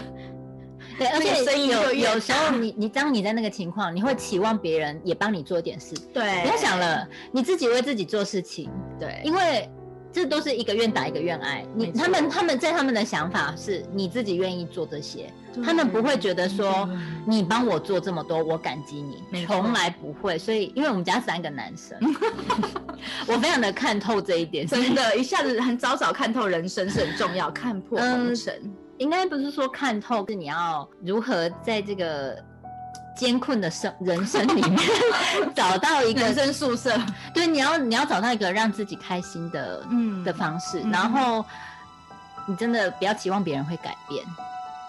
B: 对，而
A: 那个声
B: 且
A: 音
B: 有
A: 就越
B: 有时候你你当你在那个情况，你会期望别人也帮你做点事，
A: 对，
B: 不要想了，你自己为自己做事情，
A: 对，
B: 因为这都是一个愿打一个愿挨。你
A: 没错
B: 他们他们在他们的想法是你自己愿意做这些，
A: 嗯
B: 他们不会觉得说你帮我做这么多，我感激你
A: 没，错
B: 从来不会。所以因为我们家三个男
A: (laughs)
B: 生，我非常的看透这一点，所以
A: (laughs) 真的，一下子很早早看透人生是很重要，看破
B: 嗯
A: 红尘，
B: (laughs) 应该不是说看透，是你要如何在这个。艰困的生人生
A: (laughs)
B: 里面，找到一
A: 人
B: 个
A: 生宿
B: (laughs)
A: 舍，
B: 对，你要你要找到一个让自己开心的
A: 嗯
B: 的方式，
A: 嗯
B: 然后你真的不要期望别人会改变，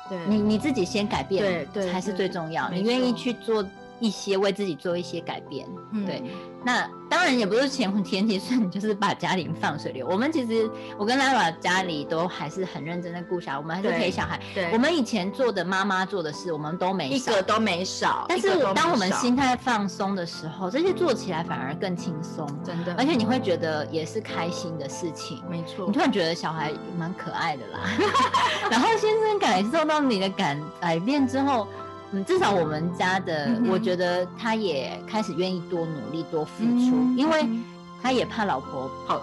A: 对，
B: 你你自己先改变
A: 对对
B: 才是最重要。
A: 对
B: 你愿
A: 没
B: 意
A: 错
B: 去做一些为自己做一些改变，
A: 嗯
B: 对，那当然也不是前前提是你 (laughs) 就是把家里放水流。我们其实我跟 Lara 家里都还是很认真的顾小孩，我们还是
A: 对
B: 陪小孩。
A: 对，
B: 我们以前做的妈妈做的事，我们都没
A: 一
B: 少
A: 个都没少，
B: 但
A: 一
B: 是
A: 个都没
B: 当我们
A: 少
B: 心态放松的时候，这些做起来反而更轻松，
A: 真的，
B: 而且你会觉得也是开心的事情。
A: 没错
B: 你突，然觉得小孩蛮可爱的啦， (laughs) 然后先生感受到你的感改变之后，嗯，至少我们家的，
A: 嗯哼
B: 我觉得他也开始愿意多努力、多付出，
A: 嗯
B: 因为
A: (laughs) 嗯
B: 他也怕老婆， (laughs)
A: 好，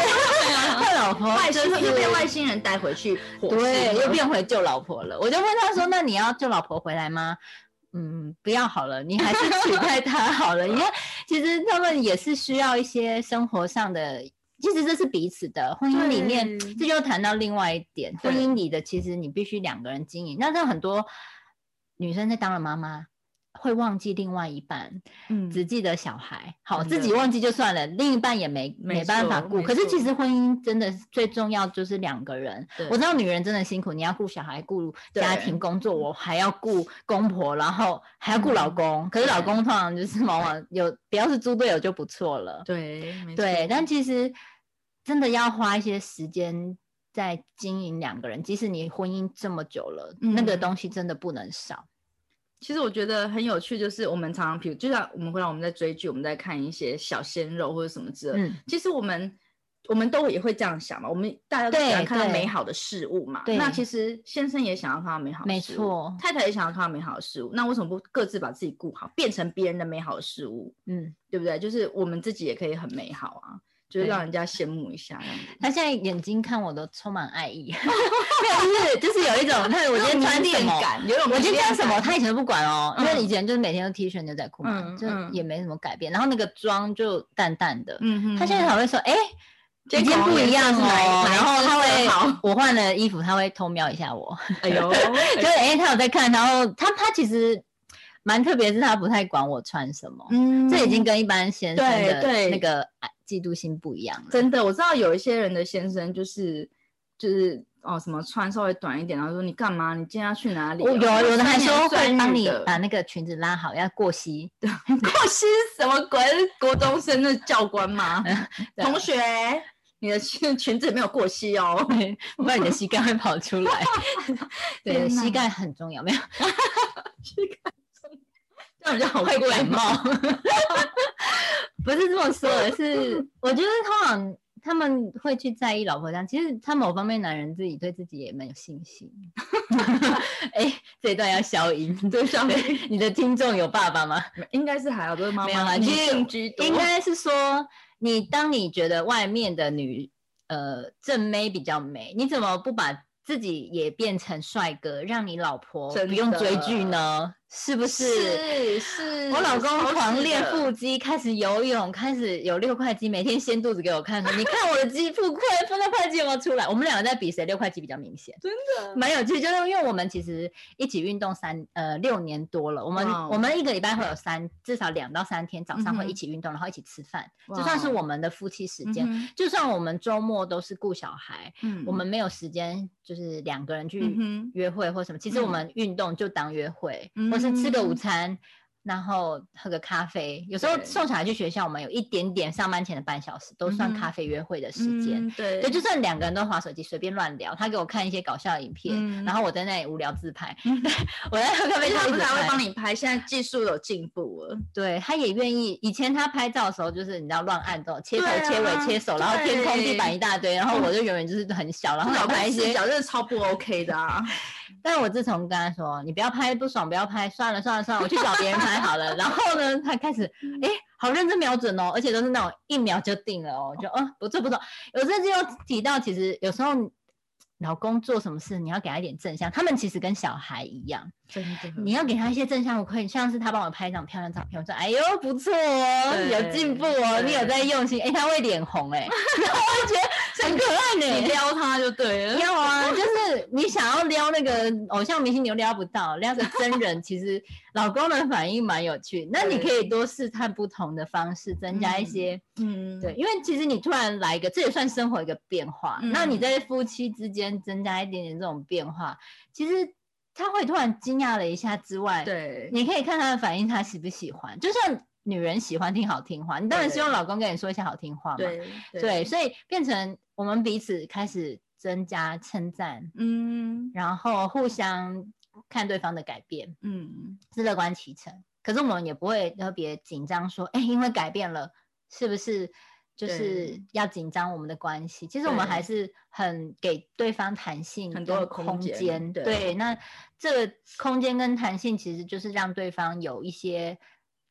B: 怕老 (laughs) 婆
A: 外
B: 就
A: 星
B: 是
A: 又被外星人带回去火星了，
B: 对，又变回救老婆了。我就问他说：“那你要救老婆回来吗？”嗯，不要好了，你还是取代 (laughs) 她好了。因为其实他们也是需要一些生活上的，其实这是彼此的婚姻里面，
A: 对
B: 这就谈到另外一点，
A: 对
B: 婚姻里的其实你必须两个人经营。那像很多女生在当了妈妈。会忘记另外一半，
A: 嗯
B: 只记得小孩。好，
A: 真的
B: 自己忘记就算了，另一半也没
A: 没
B: 没办法
A: 错
B: 顾。
A: 没
B: 可是
A: 错
B: 其实婚姻真的是最重要就是两个人，
A: 对
B: 我知道女人真的辛苦，你要顾小孩、顾家庭、工作，我还要顾公婆，然后
A: 嗯
B: 还要顾老公。可是老公通常就是往往有，不要是猪队友就不错了。
A: 对没
B: 对
A: 错，
B: 但其实真的要花一些时间在经营两个人，即使你婚姻这么久了，那个
A: 嗯
B: 东西真的不能少。
A: 其实我觉得很有趣，就是我们常常，比如就像我们回来我们在追剧，我们在看一些小鲜肉或者什么之类的，
B: 嗯，
A: 其实我们我们都也会这样想嘛，我们大家都
B: 对
A: 喜欢看到
B: 对
A: 美好的事物嘛。
B: 对
A: 那其实先生也想要看到美好
B: 没
A: 的事物，
B: 错。
A: 太太也想要看到美好的事物，那为什么不各自把自己顾好，变成别人的美好的事物，
B: 嗯，
A: 对不对？就是我们自己也可以很美好啊，就是
B: 对
A: 让人家羡慕一下这
B: (laughs)
A: 样子。
B: 他现在眼睛看我都充满爱意， (laughs) 没啊有，就是就
A: (laughs)
B: 是 (laughs) 有一种，他我今天穿什
A: 恋
B: 么。
A: 感，有种
B: 我今
A: 迷
B: 天穿
A: 恋
B: 什么，
A: 感
B: 他以前都不管哦，因
A: 嗯
B: 为以前就是每天都 T 恤牛仔裤嘛，
A: 嗯
B: 就
A: 嗯
B: 也没什么改变。然后那个妆就淡淡的，
A: 嗯哼，
B: 他现在还会说，哎、
A: 今
B: 今
A: 天
B: 天
A: 口
B: 不
A: 红颜
B: 一样
A: 色是哪一
B: 哦。
A: 哪一
B: 然后
A: 支
B: 他
A: 色
B: 会 (laughs)
A: 号，
B: 我换了衣服，他会偷瞄一下我，
A: 哎呦，
B: (laughs) 就是哎、他有在看。然后他他其实蛮特别，是他不太管我穿什么，
A: 嗯
B: 这已经跟一般先生
A: 对
B: 的
A: 对
B: 那个哎嫉妒心不一样了。
A: 真的，我知道有一些人的先生就是就是哦什么穿稍微短一点，然后说你干嘛？你今天要去哪里哦、
B: 我有有的还
A: 三
B: 说
A: 言
B: 会帮
A: 三语
B: 你啊
A: 的 (laughs)
B: 把那个裙子拉好，要过 (laughs) 膝。
A: 过膝什么鬼？是国中生的教官
B: (laughs)
A: 吗？
B: 对
A: 同学，你的裙裙子没有过膝哦。
B: 对，不然你的膝盖会跑出 (laughs) 来。对，
A: 天哪
B: 膝
A: (laughs)
B: 盖很重要，没 (laughs) 有
A: 这样比较好
B: 会
A: 感 (laughs)
B: 感冒。 (laughs) 不是这么说的， (laughs) 是我觉得通常他们会去在意老婆这样，其实他某方面男人自己对自己也蛮有信心。 (laughs) 哎、这一段要消音。
A: 对上面
B: 对，你的听众有爸爸吗？
A: 应该是还好，都是妈
B: 没有啦
A: 妈
B: 其
A: 女
B: 实
A: 性居多。
B: 应该是说，你当你觉得外面的女呃正妹比较美，你怎么不把自己也变成帅哥，让你老婆
A: 真
B: 不用
A: 的
B: 追剧呢？是不是？
A: 是是，
B: 我老公
A: 超市
B: 狂练
A: 的
B: 腹肌，开始游泳，开始有六块肌，每天掀肚子给我看，说你看我的肌腹块、腹那块肌有没有出来？我们两个在比谁六块肌比较明显，
A: 真的
B: 蛮有趣。就是因为我们其实一起运动三呃六年多了，我们、
A: 哇哦
B: 我们一个礼拜会有三至少两到三天早上
A: 嗯
B: 会
A: 哼
B: 一起运动，然后一起吃饭，
A: 哇
B: 就算是
A: 哦
B: 我们的夫妻时
A: 嗯
B: 间。
A: 哼
B: 就算我们周末都是顾小孩，
A: 嗯
B: 我们没有时间，就是两个人去
A: 嗯哼
B: 约会或什么。其实我
A: 嗯
B: 嗯们运动就当约会，或是吃个午
A: 嗯
B: 餐，然后喝个咖啡。有时候
A: 对
B: 送小孩去学校，我们有一点点上班前的半小时都算
A: 嗯哼
B: 咖啡约会的时间。
A: 嗯对，
B: 对，就算两个人都划手机随便乱聊，他给我看一些搞笑的影片，
A: 嗯
B: 然后我在那里无聊自拍，
A: 嗯
B: (laughs) 我在喝咖
A: 而
B: 啡
A: 且他不
B: 就一直
A: 是还会
B: 拍
A: 帮你拍，现在技术有进步了，
B: 对，他也愿意。以前他拍照的时候，就是你知道乱按这种切头、
A: 对啊
B: 切尾、切手，然后天空、
A: 对
B: 地板一大堆，然后我就永远就是很小，然后
A: 老
B: 哦还拍
A: 拍
B: 一
A: 视
B: 些。
A: 角真的超不 OK 的
B: (laughs)
A: 啊！
B: 但我自从跟他说你不要拍，不爽不要拍，算了算了算了，我去找别人拍好了。然后呢，他开始
A: (laughs) 嗯
B: 哎、好认真瞄准哦，而且都是那种一秒就定了哦，就嗯，不错不错。有甚至又提到，其实有时候老公做什么事，你要给他一点正向。他们其实跟小孩一样，
A: 真的，
B: 你要给他一些正向回馈，像是他帮我拍一张漂亮照片，我说：“哎呦，不错哦，
A: 对
B: 有进步
A: 对
B: 哦，你有在用心。”哎，他会脸红哎、 (laughs) 然后我就觉得很可爱
A: 你
B: 呢、
A: 撩他就对了。
B: 要啊，就是你想要撩那个偶像明星，你又撩不到，撩个真人，其实老公的反应蛮有趣。那你可以多试探不同的方式，增加一些、
A: 嗯，
B: 对，，因为其实你突然来一个，这也算生活一个变化。
A: 嗯
B: 那你在夫妻之间增加一点点这种变化，其实他会突然惊讶了一下之外，
A: 对，
B: 你可以看他的反应，他喜不喜欢。就像女人喜欢听好听话，你当然希望
A: 对
B: 老公跟你说一些好听话嘛。
A: 对，
B: 对，，所以变成我们彼此开始增加称赞，
A: 嗯
B: 然后互相看对方的改变，
A: 嗯，
B: 是乐观其成。可是我们也不会特别紧张，说，哎、因为改变了，是不是就是
A: 对
B: 要紧张我们的关系？其实我们
A: 对
B: 还是很给对方弹性，
A: 很多的空
B: 空
A: 间
B: 间。
A: 对
B: 对，那这个空间跟弹性其实就是让对方有一些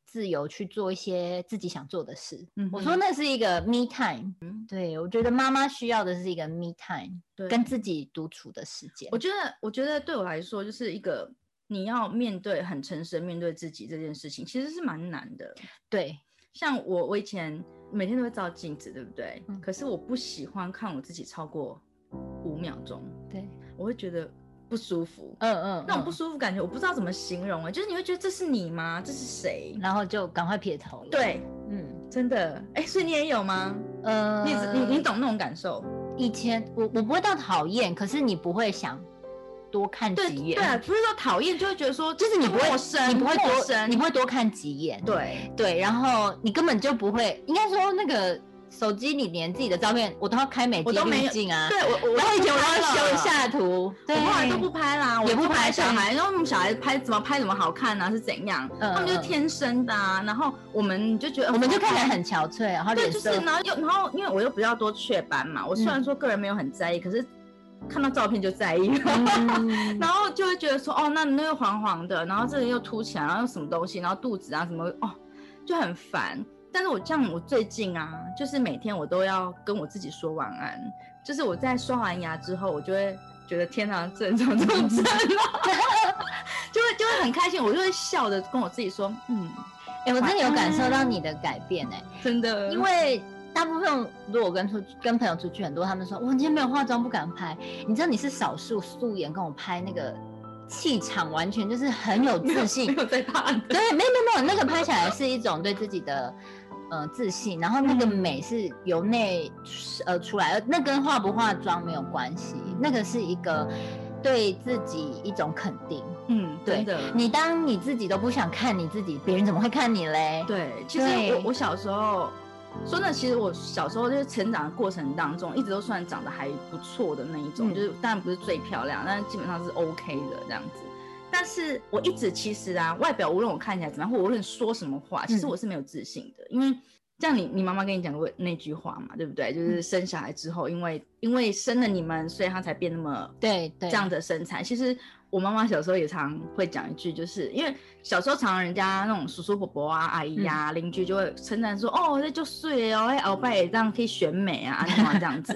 B: 自由去做一些自己想做的事。
A: 嗯
B: 我说
A: 哼
B: 那是一个 me time，、对我觉得妈妈需要的是一个 me time，
A: 对，
B: 跟自己独处的时间
A: 我。觉得，我觉得对我来说，就是一个你要面对很诚实地面对自己这件事情，其实是蛮难的。
B: 对，
A: 像我，我以前每天都会照镜子，对不对？
B: 嗯
A: 可是我不喜欢看我自己超过五秒钟，
B: 对，
A: 我会觉得不舒服。
B: 嗯嗯，
A: 那种
B: 嗯
A: 不舒服感觉，我不知道怎么形容啊，就是你会觉得这是你吗？这是谁？
B: 嗯然后就赶快撇头了。，
A: 对，
B: 嗯，
A: 真的，哎、所以你也有吗？
B: 呃，
A: 你也知你你懂那种感受？
B: 以前我我不会到讨厌，可是你不会想多看
A: 对
B: 几眼，
A: 对啊，不是说讨厌，就会觉得说
B: 就是你不会
A: 陌生，
B: 你不会
A: 陌
B: 多，
A: 生，
B: 你不会多看几眼，
A: 对
B: 对，然后你根本就不会，应该说那个手机里连自己的照片我都要开美
A: 我
B: 肌
A: 都没
B: 滤
A: 有
B: 镜啊，
A: 对，我我
B: 然后以前我都
A: 不
B: 要
A: 拍
B: 修一
A: 了
B: 下图，对，
A: 我后来都不拍啦，我
B: 也不
A: 就
B: 拍
A: 拍小孩，然后我们小孩拍怎么拍怎么好看啊，是怎样？
B: 嗯
A: 他们就
B: 嗯
A: 是天生的啊，然后我们就觉得
B: 我们就看起来
A: 很。
B: 很憔悴，然后
A: 嗯对，
B: 脸
A: 就是
B: 色，
A: 然后又然后因为我又比较多雀斑嘛，我虽然
B: 嗯
A: 说个人没有很在意，可是看到照片就在意了。
B: (laughs) 嗯
A: 然后就会觉得说，哦，那那又黄黄的，然后这里又凸起来，然后又什么东西，然后肚子啊什么，哦，就很烦。但是我这样，我最近啊，就是每天我都要跟我自己说晚安，就是我在刷完牙之后，我就会觉得天哪，这人怎么这 (laughs) 么正啊？就会就会很开心，我就会笑着跟我自己说，嗯，
B: (laughs) 哎、我真的有感受到你的改变哎、
A: 真的，
B: 因为大部分如果我跟出跟朋友出去，很多他们说我今天没有化妆不敢拍，你知道你是少数素颜跟我拍那个气场完全就是很有
A: 没有
B: 自信
A: 没，有在怕的，
B: 对，没有没有没有，那个拍起来是一种对自己的。呃，自信，然后那个
A: 嗯
B: 美是由内呃出来，那跟化不化妆没有关系，那个是一个对自己一种肯定。
A: 嗯，
B: 对
A: 真的，
B: 你当你自己都不想看你自己，别人怎么会看你嘞？
A: 对，其实
B: 对
A: 我我小时候，说那其实我小时候就是成长的过程当中，一直都算长得还不错的那一种，
B: 嗯
A: 就是当然不是最漂亮，但是基本上是 OK 的这样子。但是我一直其实啊，外表无论我看起来怎么样，或无论说什么话，其实
B: 嗯
A: 我是没有自信的，因为。像你，你妈妈跟你讲过那句话嘛，对不对？
B: 嗯
A: 就是生小孩之后，因为因为生了你们，所以她才变那么
B: 对对，
A: 这样的身材。其实我妈妈小时候也常会讲一句，就是因为小时候常常人家那种叔叔伯伯啊、阿姨呀、
B: 嗯
A: 邻居就会称赞说：“哦，这就睡哦，哎，鳌拜也这样可以选美啊，啊这样子。”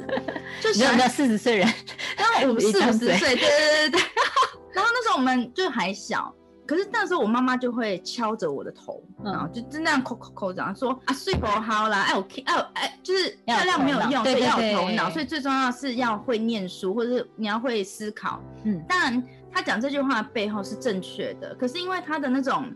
A: 就
B: 你
A: 喜
B: 有
A: 欢
B: (laughs) 没有四十岁人？
A: 然
B: (laughs)
A: 后我们四五十
B: 一张
A: 岁，对对对对。 (laughs) 然后那时候我们就还小，可是那时候我妈妈就会敲着我的头，
B: 嗯
A: 然后就就那样抠抠抠这样说啊，睡不好啦，哎我哎我哎，就是
B: 要
A: 漂
B: 有
A: 亮没有
B: 头脑
A: 用，
B: 对
A: 对，
B: 对
A: 要有头
B: 对
A: 脑，所以最重要是要会念书，或者是你要会思考。
B: 嗯
A: 当然她讲这句话的背后是正确的，可是因为她的那种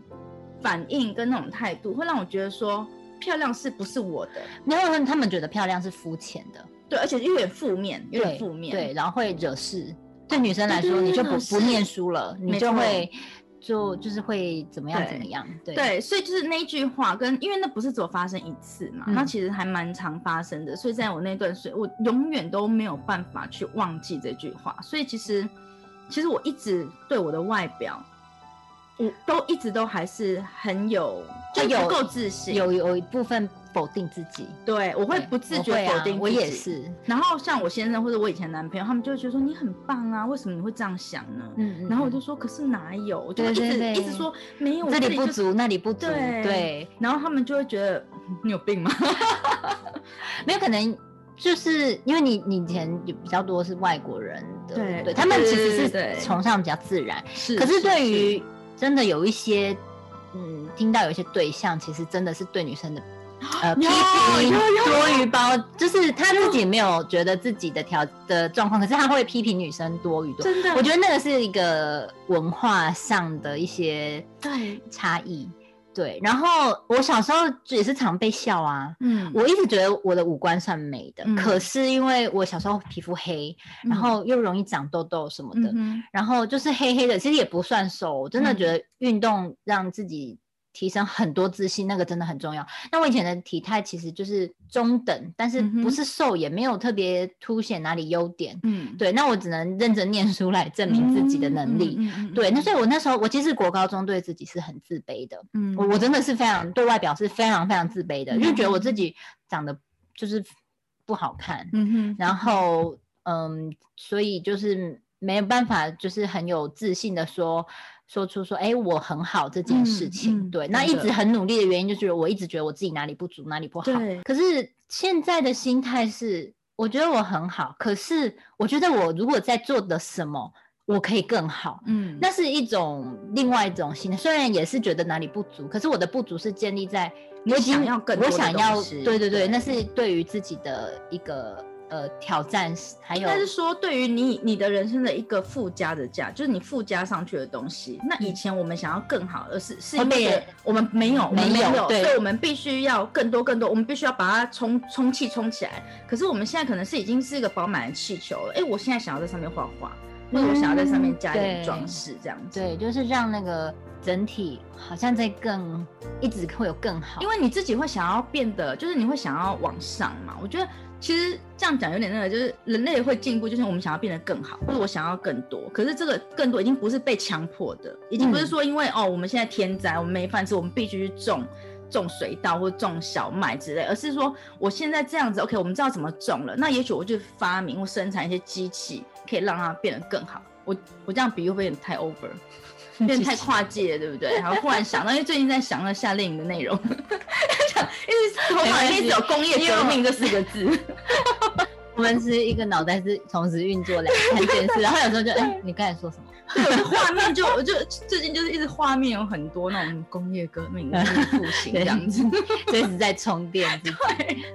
A: 反应跟那种态度，会让我觉得说漂亮是不是我的？
B: 然后他们觉得漂亮是肤浅的，
A: 对，而且有点负面，有点
B: 对
A: 负面，
B: 对，然后会惹事。对女生来
A: 对
B: 说，
A: 对
B: 你
A: 对
B: 就
A: 惹
B: 不
A: 事
B: 不念书了，你
A: 没
B: 就
A: 错
B: 会就就是会怎么样怎么样，对
A: 对，所以就是那一句话跟，因为那不是只有发生一次嘛，
B: 嗯
A: 它其实还蛮常发生的，所以在我那段时间，我永远都没有办法去忘记这句话。所以其实，其实我一直对我的外表，我都一直都还是很有，就
B: 嗯会有
A: 不够自信。
B: 有有一部分否定自己，
A: 对我会
B: 对
A: 不自
B: 我
A: 觉
B: 会
A: 否
B: 啊
A: 定自己、
B: 我也是，
A: 然后像我先生或者我以前男朋友，他们就会觉得说你很棒啊，为什么你会这样想呢？
B: 嗯
A: 然后我就
B: 嗯
A: 说，可是哪有？我就
B: 对
A: 一直
B: 对对
A: 一直说没有，
B: 这
A: 我
B: 里不
A: 就是
B: 足，那里不足，
A: 对
B: 对，
A: 然后他们就会觉得嗯你有病吗？
B: 没有可能。就是因为你你以前有比较多是外国人的，
A: 对
B: 对他们其
A: 对
B: 实
A: 对
B: 是崇尚比较自然，
A: 是
B: 可是对于真的有一些，嗯，听到有一些对象，其实真的是对
A: (gasps)
B: 女生的。呃，批
A: 有
B: 评
A: 有有
B: 多于包，就是他自己没有觉得自己的条的状况，可是他会批评女生多于多。
A: 真的，
B: 我觉得那个是一个文化上的一些
A: 对，
B: 差异，对。然后我小时候也是常被笑啊，
A: 嗯
B: 我一直觉得我的五官算美的，
A: 嗯
B: 可是因为我小时候皮肤黑，然后又容易长痘痘什嗯么的，
A: 嗯
B: 然后就是黑黑的，其实也不算瘦。我真的
A: 嗯
B: 觉得运动让自己提升很多自信，那个真的很重要。那我以前的体态其实就是中等，但是
A: 嗯哼
B: 不是瘦，也没有特别凸显哪里优点。
A: 嗯，
B: 对，那我只能认真念书来证明自己的能力。
A: 嗯，嗯嗯嗯
B: 对，那所以我那时候，我其实国高中对自己是很自卑的。
A: 嗯
B: 我我真的是非常对外表是非常非常自卑的，就觉得我自己长得就是不好看，
A: 嗯哼，
B: 然后嗯，所以就是没有办法，就是很有自信的说说出说，哎、我很好这件事
A: 嗯
B: 情。
A: 嗯
B: 对，那一
A: 真的
B: 直很努力的原因就是我一直觉得我自己哪里不足，哪里不好。
A: 对
B: 可是现在的心态是，我觉得我很好，可是我觉得我如果在做的什么，我可以更好。
A: 嗯，
B: 那是一种另外一种心态，虽然也是觉得哪里不足，可是我的不足是建立在我已经
A: 想要更多
B: 我
A: 的
B: 想要
A: 东西
B: 对对对，
A: 对
B: 那是对于自己的一个呃挑战，还
A: 应
B: 有
A: 该是说，对于你你的人生的一个附加的价，就是你附加上去的东西。那
B: 嗯
A: 以前我们想要更好，而是是因
B: 会被
A: 为
B: 人
A: 我们没有，我们
B: 没
A: 没
B: 有
A: 有，所
B: 对
A: 以我们必须要更多更多，我们必须要把它充充气充起来。可是我们现在可能是已经是一个饱满的气球了。哎，我现在想要在上面画画，或者我想要在上面加一点
B: 嗯对
A: 装饰，这样子。
B: 对，就是让那个整体好像在更一直会有更好，
A: 因
B: 为
A: 为你自己会想要变得，就是你会想要往上嘛。我觉得其实这样讲有点那个，就是人类会进步，就是我们想要变得更好，或者我想要更多。可是这个更多已经不是被强迫的，已经不是说因为、哦我们现在天灾，我们没饭吃，我们必须去种种水稻或种小麦之类，而是说我现在这样子，OK，我们知道怎么种了，那也许我就发明或生产一些机器，可以让它变得更好。我我这样比喻会不会有点太 over？变得太跨界了，对不对？然后忽然想到，因为最近在想那夏令营的内容，想 (laughs) 因为头脑里面只有工业革命这四个字，
B: 我们是一个脑袋是同时运作两三件
A: (laughs)
B: 事，然后有时候就哎、你刚才说什么？
A: (laughs) 对，我的画面就我就最近就是一直画面有很多那种工业革命的复 (laughs) 兴这样子。
B: 就一直在充电
A: (laughs)
B: 自己，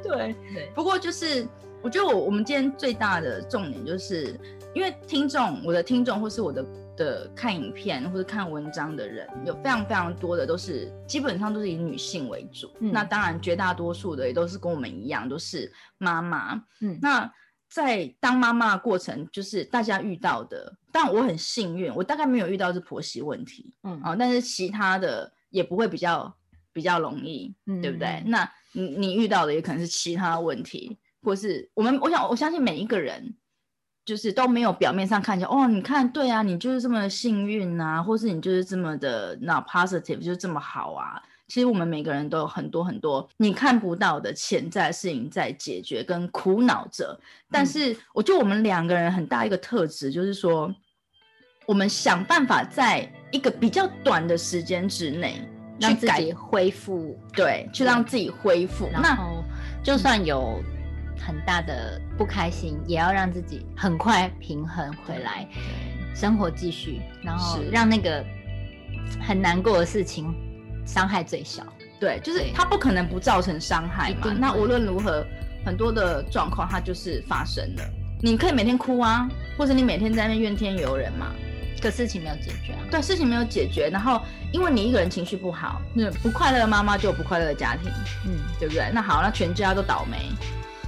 A: 对
B: 对
A: 不过就是，我觉得我我们今天最大的重点就是，因为听众，我的听众或是我的的看影片或者看文章的人，有非常非常多的都是基本上都是以女性为主。
B: 嗯
A: 那当然，绝大多数的也都是跟我们一样，都是妈妈。
B: 嗯，
A: 那在当妈妈的过程，就是大家遇到的，但我很幸运，我大概没有遇到是婆媳问题，
B: 嗯
A: 啊、但是其他的也不会比较比较容易，对不对？
B: 嗯
A: 那你你遇到的也可能是其他问题，或是我们我想我相信每一个人。就是都没有表面上看起来，哦，你看，对啊，你就是这么幸运啊，或是你就是这么的那 positive，就是这么好啊。其实我们每个人都有很多很多你看不到的潜在事情在解决跟苦恼着，但
B: 嗯
A: 是我觉得我们两个人很大一个特质就是说，我们想办法在一个比较短的时间之内
B: 让
A: 去
B: 自
A: 改
B: 己恢复
A: 对，去让自己恢复。
B: 然
A: 那
B: 后就算有很大的不开心，也要让自己很快平衡回来，生活继续，然后
A: 是
B: 让那个很难过的事情伤害最小。
A: 对，就是
B: 对
A: 它不可能不造成伤害
B: 一
A: 嘛
B: 定。
A: 那
B: 会
A: 无论如何，很多的状况它就是发生了。你可以每天哭啊，或者你每天在那边怨天尤人嘛。
B: 可事情没有解决啊，
A: 对，事情没有解决，然后因为你一个人情绪不好，那不快乐的妈妈就有不快乐的家庭，
B: 嗯，
A: 对不对？那好，那全家都倒霉。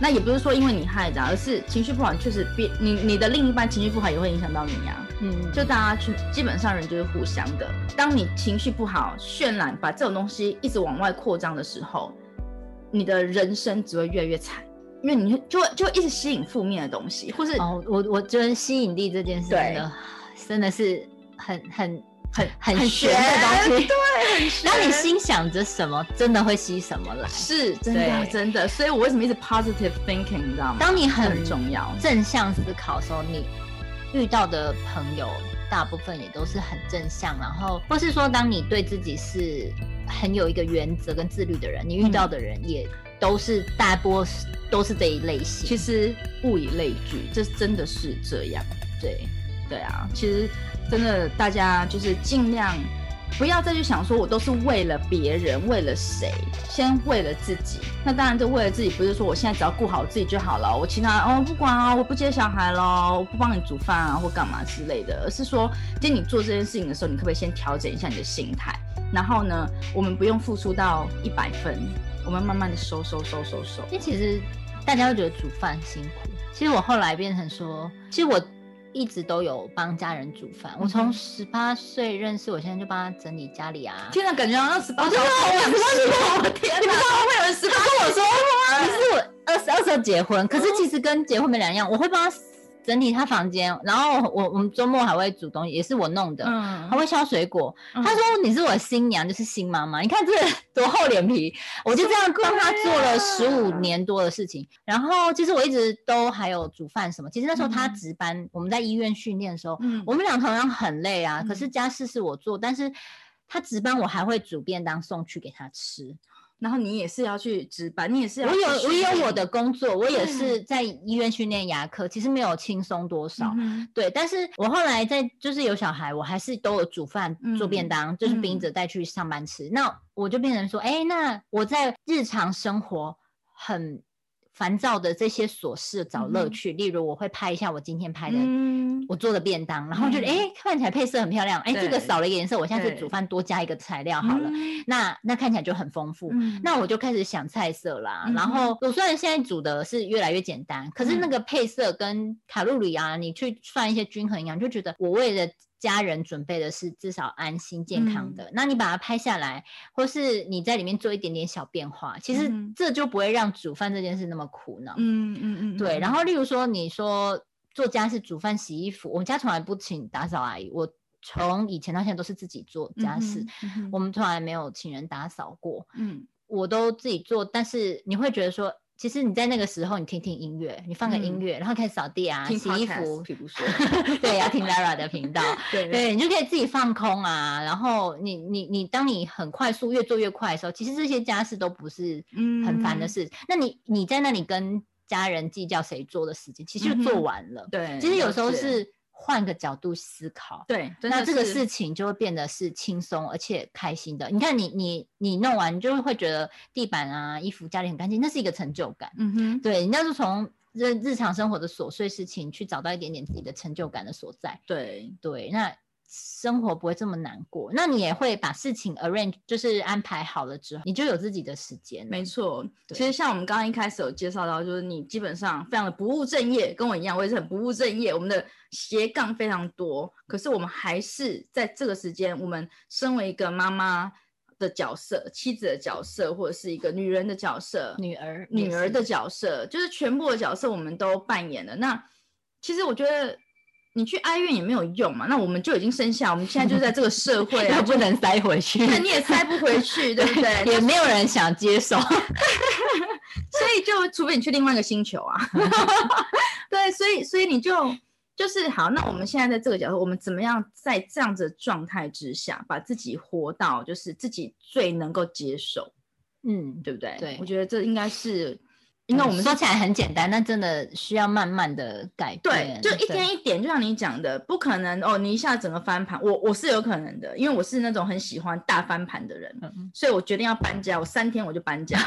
A: 那也不是说因为你害的啊、而是情绪不好确实别你你的另一半情绪不好也会影响到你啊呀、
B: 嗯，
A: 就大家去，基本上人就是互相的。当你情绪不好、渲染，把这种东西一直往外扩张的时候，你的人生只会越来越惨，因为你就会就会一直吸引负面的东西，或是
B: 哦，我我觉得吸引力这件事真的真的是很很
A: 很
B: 很玄的东西。
A: 对，很
B: (laughs)
A: 玄。
B: 那你心想着什么，真的会吸什么来。
A: 是真的
B: 对
A: 真的，所以我为什么一直 positive thinking，你知道吗？
B: 当你很
A: 很重要，
B: 正向思考的时候，你遇到的朋友大部分也都是很正向，然后或是说，当你对自己是很有一个原则跟自律的人，你遇到的人也都是大波都是这一类型。
A: 其实物以类聚，这真的是这样。
B: 对，
A: 对啊，其实真的大家就是尽量不要再去想说我都是为了别人，为了谁，先为了自己。那当然，这为了自己不是说我现在只要顾好自己就好了，我其他哦不管啊，我不接小孩喽，我不帮你煮饭啊或干嘛之类的，而是说今天你做这件事情的时候，你可不可以先调整一下你的心态？然后呢，我们不用付出到一百分，我们慢慢的收收收收收。
B: 因为其实大家会觉得煮饭辛苦，其实我后来变成说，其实我一直都有帮家人煮饭，我
A: 嗯
B: 从
A: 哼
B: 十八岁认识，我现在就帮他整理家里啊。
A: 天哪，感觉好像十八
B: 我真的好想 (laughs)
A: 我我的天哪，会有人十八跟我说
B: 可是我二十二岁结婚，可
A: 哦
B: 是其实跟结婚没两样。我会帮他整理他房间，然后我我们周末还会煮东西，也是我弄的，
A: 嗯
B: 还会削水果。
A: 嗯
B: 他说你是我新娘，就是新妈妈。你看这多厚脸皮！我就这样帮他做了十
A: 什么鬼
B: 五
A: 啊
B: 年多的事情。然后其实我一直都还有煮饭什么。其实那时候他
A: 嗯
B: 值班，我们在医院训练的时候，
A: 嗯
B: 我们俩同样很累啊。
A: 嗯
B: 可是家事是我做，但是他值班我还会煮便当送去给他吃。
A: 然后你也是要去值班，你也是要
B: 我
A: 去
B: 有我
A: 训
B: 也有
A: 练
B: 我的工作，我也
A: 对
B: 是在医院训练牙科，其实没有轻松多少。
A: 嗯
B: 对，但是我后来在就是有小孩，我还是都有煮饭、做便
A: 嗯
B: 当，就是
A: 嗯
B: 冰着带去上班吃。那我就变成说，哎，那我在日常生活很烦躁的这些琐事找乐
A: 嗯哼
B: 趣，例如我会拍一下我今天拍的。
A: 哼
B: 我做的便当，然后觉得哎、
A: 嗯
B: 诶看起来配色很漂亮，哎，这个
A: 对
B: 少了一个颜色，我下次煮
A: 对
B: 饭多加一个材料好了，
A: 嗯
B: 那那看起来就很丰富。
A: 嗯
B: 那我就开始想菜色啦。
A: 嗯哼嗯
B: 然后我虽然现在煮的是越来越简单，可是那个配色跟卡路里啊，你去算一些均衡营养，就觉得我为了。家人准备的是至少安心健康
A: 嗯
B: 的，那你把它拍下来，或是你在里面做一点点小变化，其实
A: 嗯哼
B: 这就不会让煮饭这件事那么苦恼。
A: 嗯嗯嗯
B: 对，然
A: 后
B: 后例如说你说做家事、煮饭、洗衣服，我们家从来不请打扫阿姨，我从以前到现在都是自己做家事，，我们从来没有请人打扫过。
A: 嗯
B: 我都自己做，但是你会觉得说，其实你在那个时候，你听听音乐，你放个音
A: 嗯
B: 乐，然后开始扫地啊、
A: 听
B: 洗衣服
A: podcast，，比如说
B: (laughs) 对，要听 Lara 的频道，
A: (laughs) 对
B: 对你就可以自己放空啊。然后你你你，当你很快速越做越快的时候，其实这些家事都不是
A: 嗯
B: 很烦的事。那你你在那里跟家人计较谁做的事情，其实就
A: 嗯
B: 做
A: 哼
B: 完了。
A: 对，
B: 其实有时候
A: 了解
B: 是换个角度思考，
A: 对，真
B: 那
A: 的
B: 这个
A: 是
B: 事情就会变得是轻松而且开心的。你看你，你你弄完，你就会觉得地板啊、衣服、家里很干净，那是一个成就感。
A: 嗯哼
B: 对，你要是从日日常生活的琐碎事情去找到一点点自己的成就感的所在，
A: 对
B: 对，那生活不会这么难过。那你也会把事情 arrange，就是安排好了之后，你就有自己的时间了。
A: 没错，
B: 对
A: 其实像我们刚刚一开始有介绍到，就是你基本上非常的不务正业，跟我一样，我也是很不务正业，我们的斜杠非常多，可是我们还是在这个时间，我们身为一个妈妈的角色、妻子的角色，或者是一个女人的角色、
B: 女儿，
A: 女儿的，角色，就是全部的角色我们都扮演了。那其实我觉得你去哀怨也没有用嘛，那我们就已经生下，我们现在就在这个社会
B: (laughs)
A: 啊，
B: 不能塞回去，
A: 那你也塞不回去，对不对？
B: (laughs) 也没有人想
A: (laughs)
B: 接手。
A: 所以就除非你去另外一个星球
B: (laughs)
A: 啊，对，所以所以你就就是好，那我们现在在这个角度，我们怎么样在这样子的状态之下，把自己活到就是自己最能够接受，
B: 嗯，
A: 对不对？
B: 对
A: 我觉得这应该是，应该
B: 嗯
A: 我们是
B: 说起来很简单，但真的需要慢慢的改
A: 对
B: 变，，
A: 就一
B: 对
A: 点一点，就像你讲的，不可能哦，你一下整个翻盘，我我是有可能的，因为我是那种很喜欢大翻盘的人，
B: 嗯
A: 所以我决定要搬家，我三天我就搬
B: (laughs)
A: 家。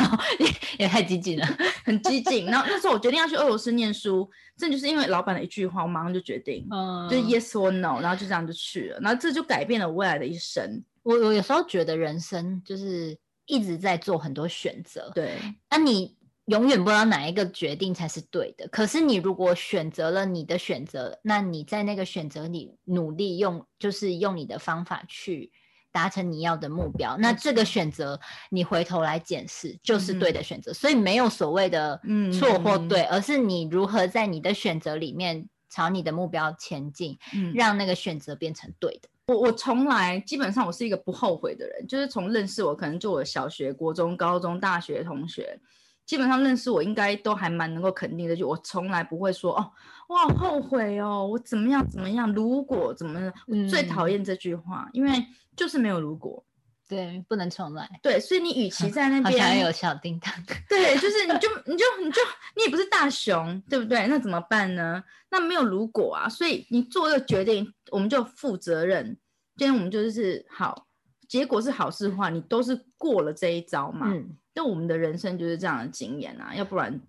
B: 也太激进了。
A: 很激进。然后那时候我决定要去俄罗斯念书，这就是因为老板的一句话，我马上就决定，
B: (laughs) 嗯，
A: 就是 yes or no，然后就这样就去了。然后这就改变了我未来的一生。
B: 我我有时候觉得人生就是一直在做很多选择，
A: 对，
B: 那你永远不知道哪一个决定才是对的。可是你如果选择了你的选择，那你在那个选择里努力用，就是用你的方法去达成你要的目标。那这个选择你回头来检视，就是对的选择。所以没有所谓的
A: 嗯
B: 错或
A: 嗯
B: 对，而是你如何在你的选择里面朝你的目标前进，
A: 嗯，
B: 让那个选择变成对的。
A: 我我从来基本上我是一个不后悔的人，就是从认识我，可能就我小学、国中、高中、大学同学，基本上认识我应该都还蛮能够肯定的，就我从来不会说哦，我好后悔哦，我怎么样怎么样，如果怎么样，我最讨
B: 嗯
A: 厌这句话，因为就是没有如果。
B: 对，不能重来。
A: 对，所以你与其在那
B: 好
A: 边
B: 像有小叮当。
A: 对，就是你就你就你就你也不是大熊，对不对？那怎么办呢？那没有如果啊，所以你做这个决定，我们就负责任。今天我们就是好，结果是好是坏，你都是过了这一招嘛。
B: (laughs) 嗯，
A: 那我们的人生就是这样的经验啊，要不然，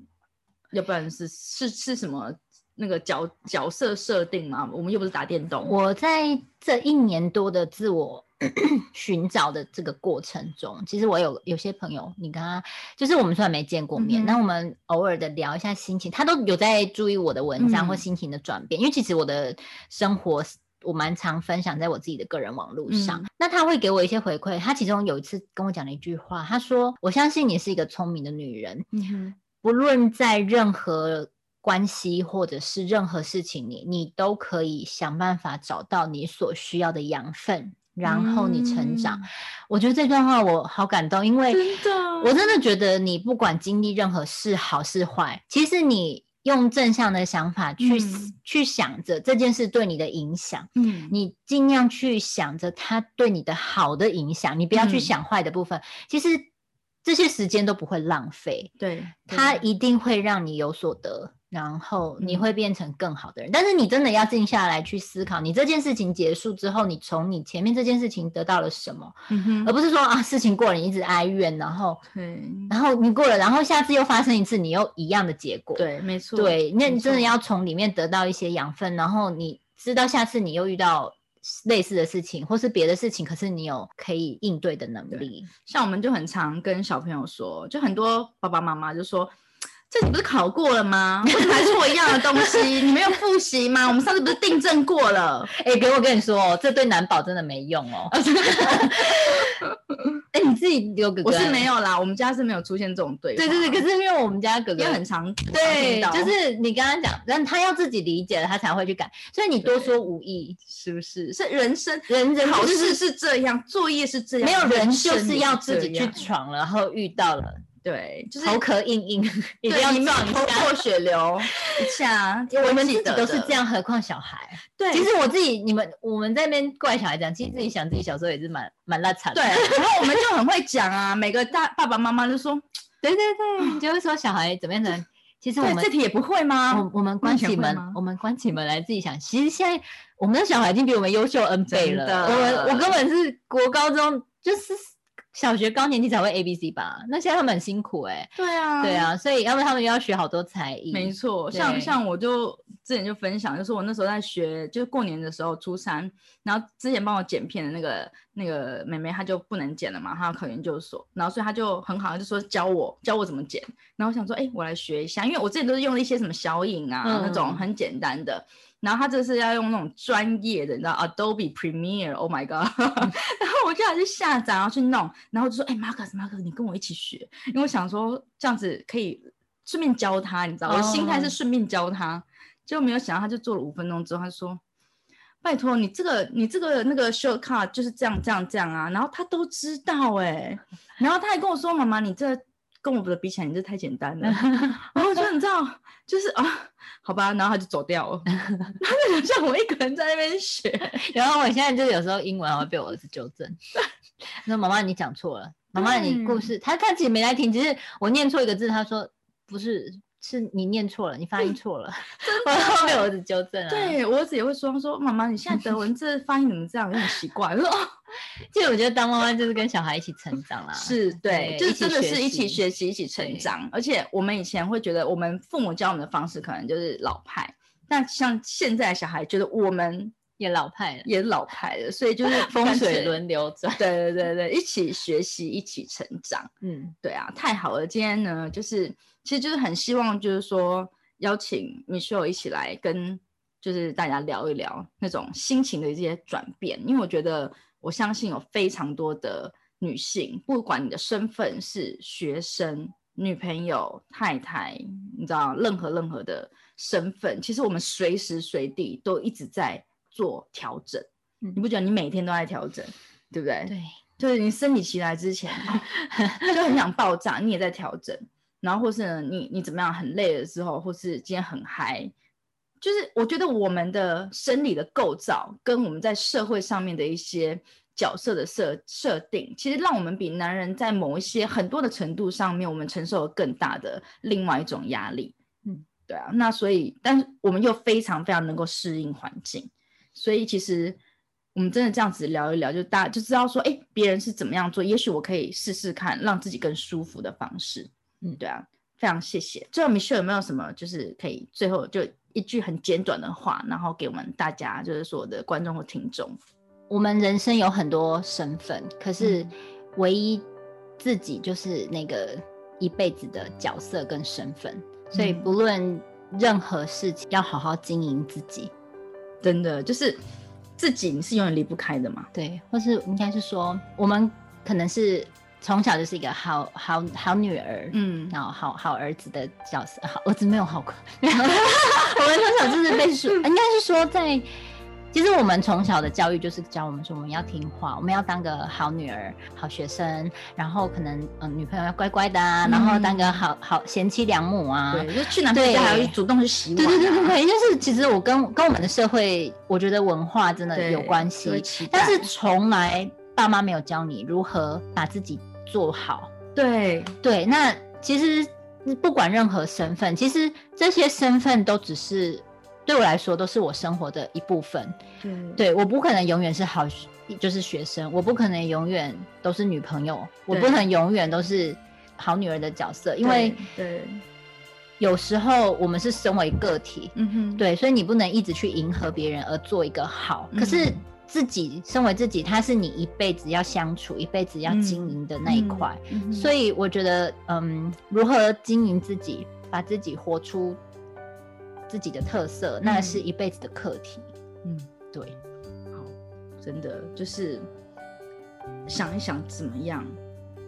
A: 要不然是是是什么那个角角色设定嘛？我们又不是打电动。
B: 我在这一年多的自我 (coughs) 寻找的这个过程中，其实我有有些朋友，你跟他就是我们虽然没见过
A: 嗯
B: 面，
A: 哼
B: 那、我们偶尔的聊一下心情，他都有在注意我的文章或
A: 嗯
B: 心情的转变，因为其实我的生活是。我蛮常分享在我自己的个人网络上，
A: 嗯
B: 那他会给我一些回馈。他其中有一次跟我讲了一句话，他说：“我相信你是一个聪明的女人，
A: 嗯哼，
B: 不论在任何关系或者是任何事情里，你都可以想办法找到你所需要的养分，然后你成长。我觉得这段话我好感动，因为
A: 嗯真的
B: 我嗯真的觉得你不管经历任何事，好是坏，其实你用正向的想法去、
A: 嗯
B: 去想着这件事对你的影响。
A: 嗯。嗯
B: 你尽量去想着它对你的好的影响，你不要去
A: 嗯
B: 想坏的部分。其实这些时间都不会浪费，
A: 对，
B: 它
A: 对
B: 一定会让你有所得，然后你
A: 嗯
B: 会变成更好的人。但是你真的要静下来去思考，你这件事情结束之后，你从你前面这件事情得到了什么，
A: 嗯
B: 而
A: 哼，
B: 不是说啊事情过了你一直哀怨，然后
A: 对
B: 然后你过了，然后下次又发生一次，你又一样的结果。
A: 对，没错，
B: 对，那
A: 没
B: 你真的
A: 错
B: 要从里面得到一些养分，然后你知道下次你又遇到。类似的事情，或是别的事情，可是你有可以应对的能
A: 对
B: 力。
A: 像我们就很常跟小朋友说，就很多爸爸妈妈就说。这你不是考过了吗？为什么还错一样的东西？你没有复习吗？我们上次不是订正过了？
B: 哎、给我跟你说哦，这对男宝真的没用哦。 (laughs) 哎、你自己有哥哥？
A: 我是没。有啦，我们家是没有出现这种对话。
B: 对对对，可是因为我们家哥哥
A: 也很常
B: 对，
A: 常听到
B: 就是你刚刚讲，但他要自己理解了，他才会去改。所以你多说无益，
A: 是不是？是人生
B: 人人
A: 考
B: 就是
A: 试是这样，作业是这样，
B: 没有人就
A: 生
B: 是
A: 也
B: 要自己
A: 这
B: 去
A: 样
B: 闯了，然后遇到了
A: 对，就是
B: 头壳硬硬，一定
A: 对
B: 要
A: 你没有
B: 撞一
A: 头
B: 下。
A: 破血
B: (laughs)
A: 流一下，
B: 我们
A: 记
B: 自己
A: 得
B: 都是
A: 的
B: 这。样，何况小孩。
A: 对，
B: 其实我自己，你们我们在那边怪小孩讲，其实自己想自己小时候也是蛮蛮烂惨的。
A: 对，然后我们就很会讲啊，每个大爸爸妈妈就说，
B: 对对对，你就会说小孩怎么样怎么样。其实我
A: 啊对，
B: 们
A: 这啊题也不会吗
B: 我？我们关
A: 以前
B: 起
A: 会
B: 门
A: 吗，
B: 我们关起门来自己想。其实现在我们的小孩已经比我们优秀 N 倍
A: 真
B: 了。
A: 的
B: 我们我根本是国高中，就是小学高年级才会 A B C 吧。那现在他们很辛苦哎、
A: 对啊，
B: 对，啊，所以要不然他们又要学好多才艺。
A: 没错。像
B: 对
A: 像我就之前就分享，就是我那时候在学，就是过年的时候初三，然后之前帮我剪片的那个那个妹妹，她就不能剪了嘛，她要考研究所，然后所以她就很好，就说教我教我怎么剪。然后我想说，哎、我来学一下，因为我之前都是用了一些什么小影啊、那种
B: 嗯
A: 很简单的。然后他这是要用那种专业的，你知道 Adobe Premiere，Oh my god！然 (laughs) 后我就还去下载，然后去弄，然后就说：“哎、m a r c u s Marcus，你跟我一起学，因为我想说这样子可以顺便教他，你知道，我的心态
B: 哦
A: 是顺便教他，就没有想到他就做了五分钟之后，他说：拜托你这个你这个那个 shortcut 就是这样这样这样啊，然后他都知道哎、然后他还跟我说：妈妈，你这跟我的比起来，你这太简单了。然后我就你知道，就是啊，好吧，然后他就走掉了， (laughs) 然后就留下我一个人在那边学。
B: 然后我现在就有时候英文还会被我儿子纠正， (laughs) 说妈妈你讲错了，妈妈你故事，他他其实没来听，只是我念错一个字，他说不是。是你念错了，你发音错 (laughs) 了，我后被我儿子纠正了、啊。
A: 对我儿子也会说，他说妈妈，你现在
B: (laughs)
A: 德文这发音怎么这样，有点奇怪。我说哦，
B: 其实我觉得当妈妈就是跟小孩一起成长啦，
A: 是对，
B: 啊对
A: 就是
B: 一起
A: 真的
B: 学
A: 是一起
B: 习
A: 学习、一起成
B: 对
A: 长。而且我们以前会觉得，我们父母教我们的方式可能就是老派，但像现在的小孩觉得我们
B: 也老派了，
A: 也老派了，所以就是
B: (laughs) 风
A: 干
B: 水
A: 脆
B: 轮流转。
A: 对对对对，一起学习，一起成长。
B: 嗯，
A: 对啊，太好了！今天呢，就是其实就是很希望，就是说邀请 Michelle 一起来跟就是大家聊一聊那种心情的一些转变，因为我觉得我相信有非常多的女性，不管你的身份是学生、女朋友、太太，你知道任何任何的身份，其实我们随时随地都一直在做调整，
B: 嗯
A: 你不觉得你每天都在调整，对不对？
B: 对，
A: 就是你生理期来之前、哦 (laughs) 就很想爆炸，你也在调整，然后或是呢你你怎么样很累了之后，或是今天很嗨，就是我觉得我们的生理的构造跟我们在社会上面的一些角色的设设定，其实让我们比男人在某一些很多的程度上面，我们承受了更大的另外一种压力。
B: 嗯，
A: 对啊，那所以，但是我们又非常非常能够适应环境。所以其实我们真的这样子聊一聊，就大家就知道说，哎，别人是怎么样做，也许我可以试试看，让自己更舒服的方式。
B: 嗯
A: 对啊，非常谢谢。最后 Michelle 有没有什么就是可以最后就一句很简短的话，然后给我们大家就是所有的观众或听众？
B: 我们人生有很多身份，可是
A: 嗯
B: 唯一自己就是那个一辈子的角色跟身份，所以
A: 嗯
B: 不论任何事情，要好好经营自己。
A: 真的就是自己你是永远离不开的嘛。
B: 对，或是应该是说，我们可能是从小就是一个好好好女儿，
A: 嗯，
B: 然后好好儿子的角色，好儿子没有好过， (laughs) 我们从小就是被说，应该是说在，其实我们从小的教育就是教我们说我们要听话，我们要当个好女儿、好学生，然后可能嗯、呃女朋友要乖乖的啊，然后当个好好贤妻良母啊，
A: 嗯对，就去男朋友家还要主动去洗碗、
B: 对
A: 啊，
B: 对对对对，就是其实我跟跟我们的社会，我觉得文化真的
A: 对
B: 有关
A: 就会
B: 系，
A: 期
B: 但是
A: 待
B: 从来爸妈没有教你如何把自己做好。
A: 对
B: 对，那其实不管任何身份，其实这些身份都只是对我来说都是我生活的一部分。
A: 对
B: 对我不可能永远是好学，就是学生，我不可能永远都是女朋友，我不
A: 对
B: 可能永远都是好女儿的角色，因为
A: 对，
B: 有时候我们是身为个体，
A: 嗯哼，
B: 对，所以你不能一直去迎合别人而做一个好，可是
A: 嗯
B: 自己身为自己，它是你一辈子要相处、一辈子要经
A: 嗯
B: 营的那一
A: 嗯
B: 块。
A: 嗯哼
B: 所以我觉得，嗯，如何经营自己，把自己活出自己的特色，那
A: 嗯
B: 是一辈子的课题。
A: 嗯。
B: 对，
A: 好，真的就是想一想怎么样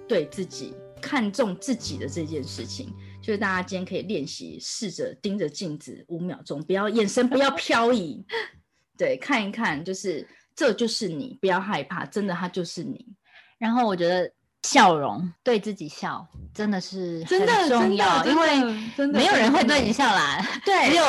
A: 对自己看重自己的这件事情，就是大家今天可以练习，试着盯着镜子五秒钟，不要眼神不要飘移，对，看一看，就是这就是你，不要害怕，真的它就是你，
B: 然后我觉得笑容，对自己笑，真的是
A: 真的
B: 很重
A: 真的
B: 要，因
A: 真
B: 为
A: 的真的
B: 没有人会对
A: 真
B: 你
A: 的
B: 笑啦，
A: 对
B: 只有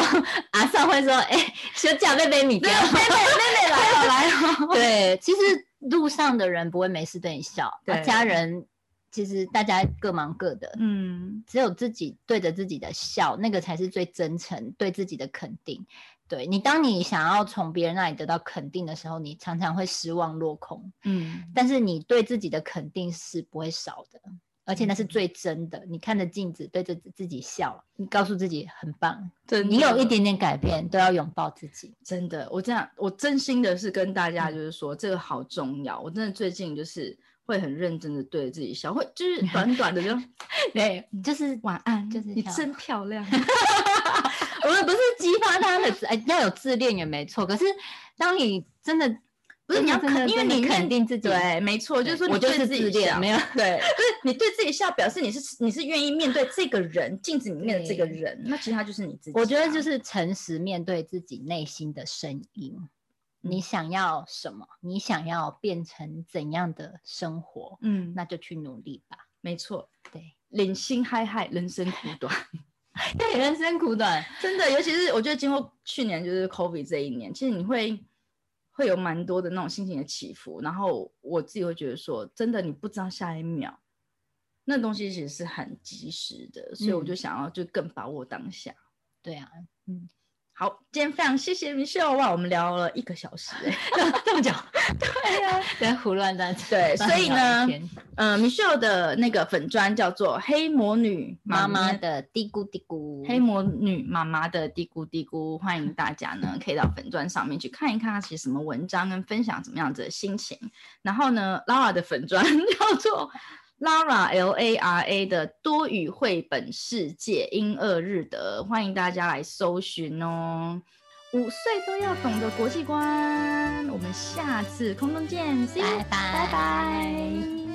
B: 阿尚会说：“哎、休假被被你给。”
A: 妹妹来了来了，
B: (laughs) 对，其实路上的人不会没事对你笑，啊
A: 对
B: 家人其实大家各忙各的，
A: 嗯，
B: 只有自己对着自己的笑，那个才是最真诚对自己的肯定。对你，当你想要从别人那里得到肯定的时候，你常常会失望落空。
A: 嗯，
B: 但是你对自己的肯定是不会少的，而且那
A: 嗯
B: 是最真的。你看着镜子，对着自己笑，你告诉自己很棒，
A: 真
B: 你有
A: 的
B: 一点点改变，都要拥抱自
A: (laughs)
B: 己。
A: 真的，我这样，我真心的是跟大
B: 嗯
A: 家就是说，这个好重要。我真的最近就是会很认真的对自己笑，会就是
B: (laughs)
A: 短短的就
B: 对，就是
A: 晚安，
B: 就是
A: 你
B: 这样
A: 真漂
B: (laughs)
A: 亮。
B: 我们不是激发他的自，哎，要有自恋也没错。可是当你真的
A: 不是
B: 真
A: 你
B: 的
A: 要
B: 真的
A: 肯，因为
B: 真的
A: 你
B: 肯定自己，
A: 对，没错，就是说
B: 对
A: 你
B: 我就是
A: 对自
B: 自
A: 己
B: 恋，
A: 笑
B: 没有
A: 对，就是你对自己笑，表示你是你是愿意面对这个人，镜子里面的这个
B: 对
A: 人，那其他就是你自己啊。
B: 我觉得就是诚实面对自己内心的声音，你
A: 嗯
B: 想要什么？你想要变成怎样的生活？
A: 嗯，
B: 那就去努力吧。
A: 没错，
B: 对，
A: 人心嗨嗨，人生苦短。
B: 对，人生苦短，
A: 真的，尤其是我觉得经过去年就是 COVID 这一年，其实你会会有蛮多的那种心情的起伏。然后我自己会觉得说，真的你不知道下一秒，那东西其实
B: 嗯
A: 是很及时的，所以我就想要就更把握当下。
B: 对啊，
A: 好，今天非常谢谢米秀哇，我们聊了一个小时、
B: (laughs)
A: 欸，
B: (laughs) 这么久，对呀、在胡乱的，
A: 对所以呢
B: 乱聊一天
A: 呃，米秀的那个粉砖叫做黑魔女
B: (laughs) 妈妈
A: 的。
B: 的嘀咕嘀咕，
A: 黑魔女妈妈的嘀咕嘀咕，欢迎大家呢可以到粉钻上面去看一看她写什么文章，跟分享怎么样子的心情。然后呢，Lara 的粉钻 (laughs) 叫做 Lara L A R A 的多语绘本世界英俄日德，欢迎大家来搜寻哦。五岁都要懂的国际观，我们下次空中见，See you，
B: 拜拜
A: 拜拜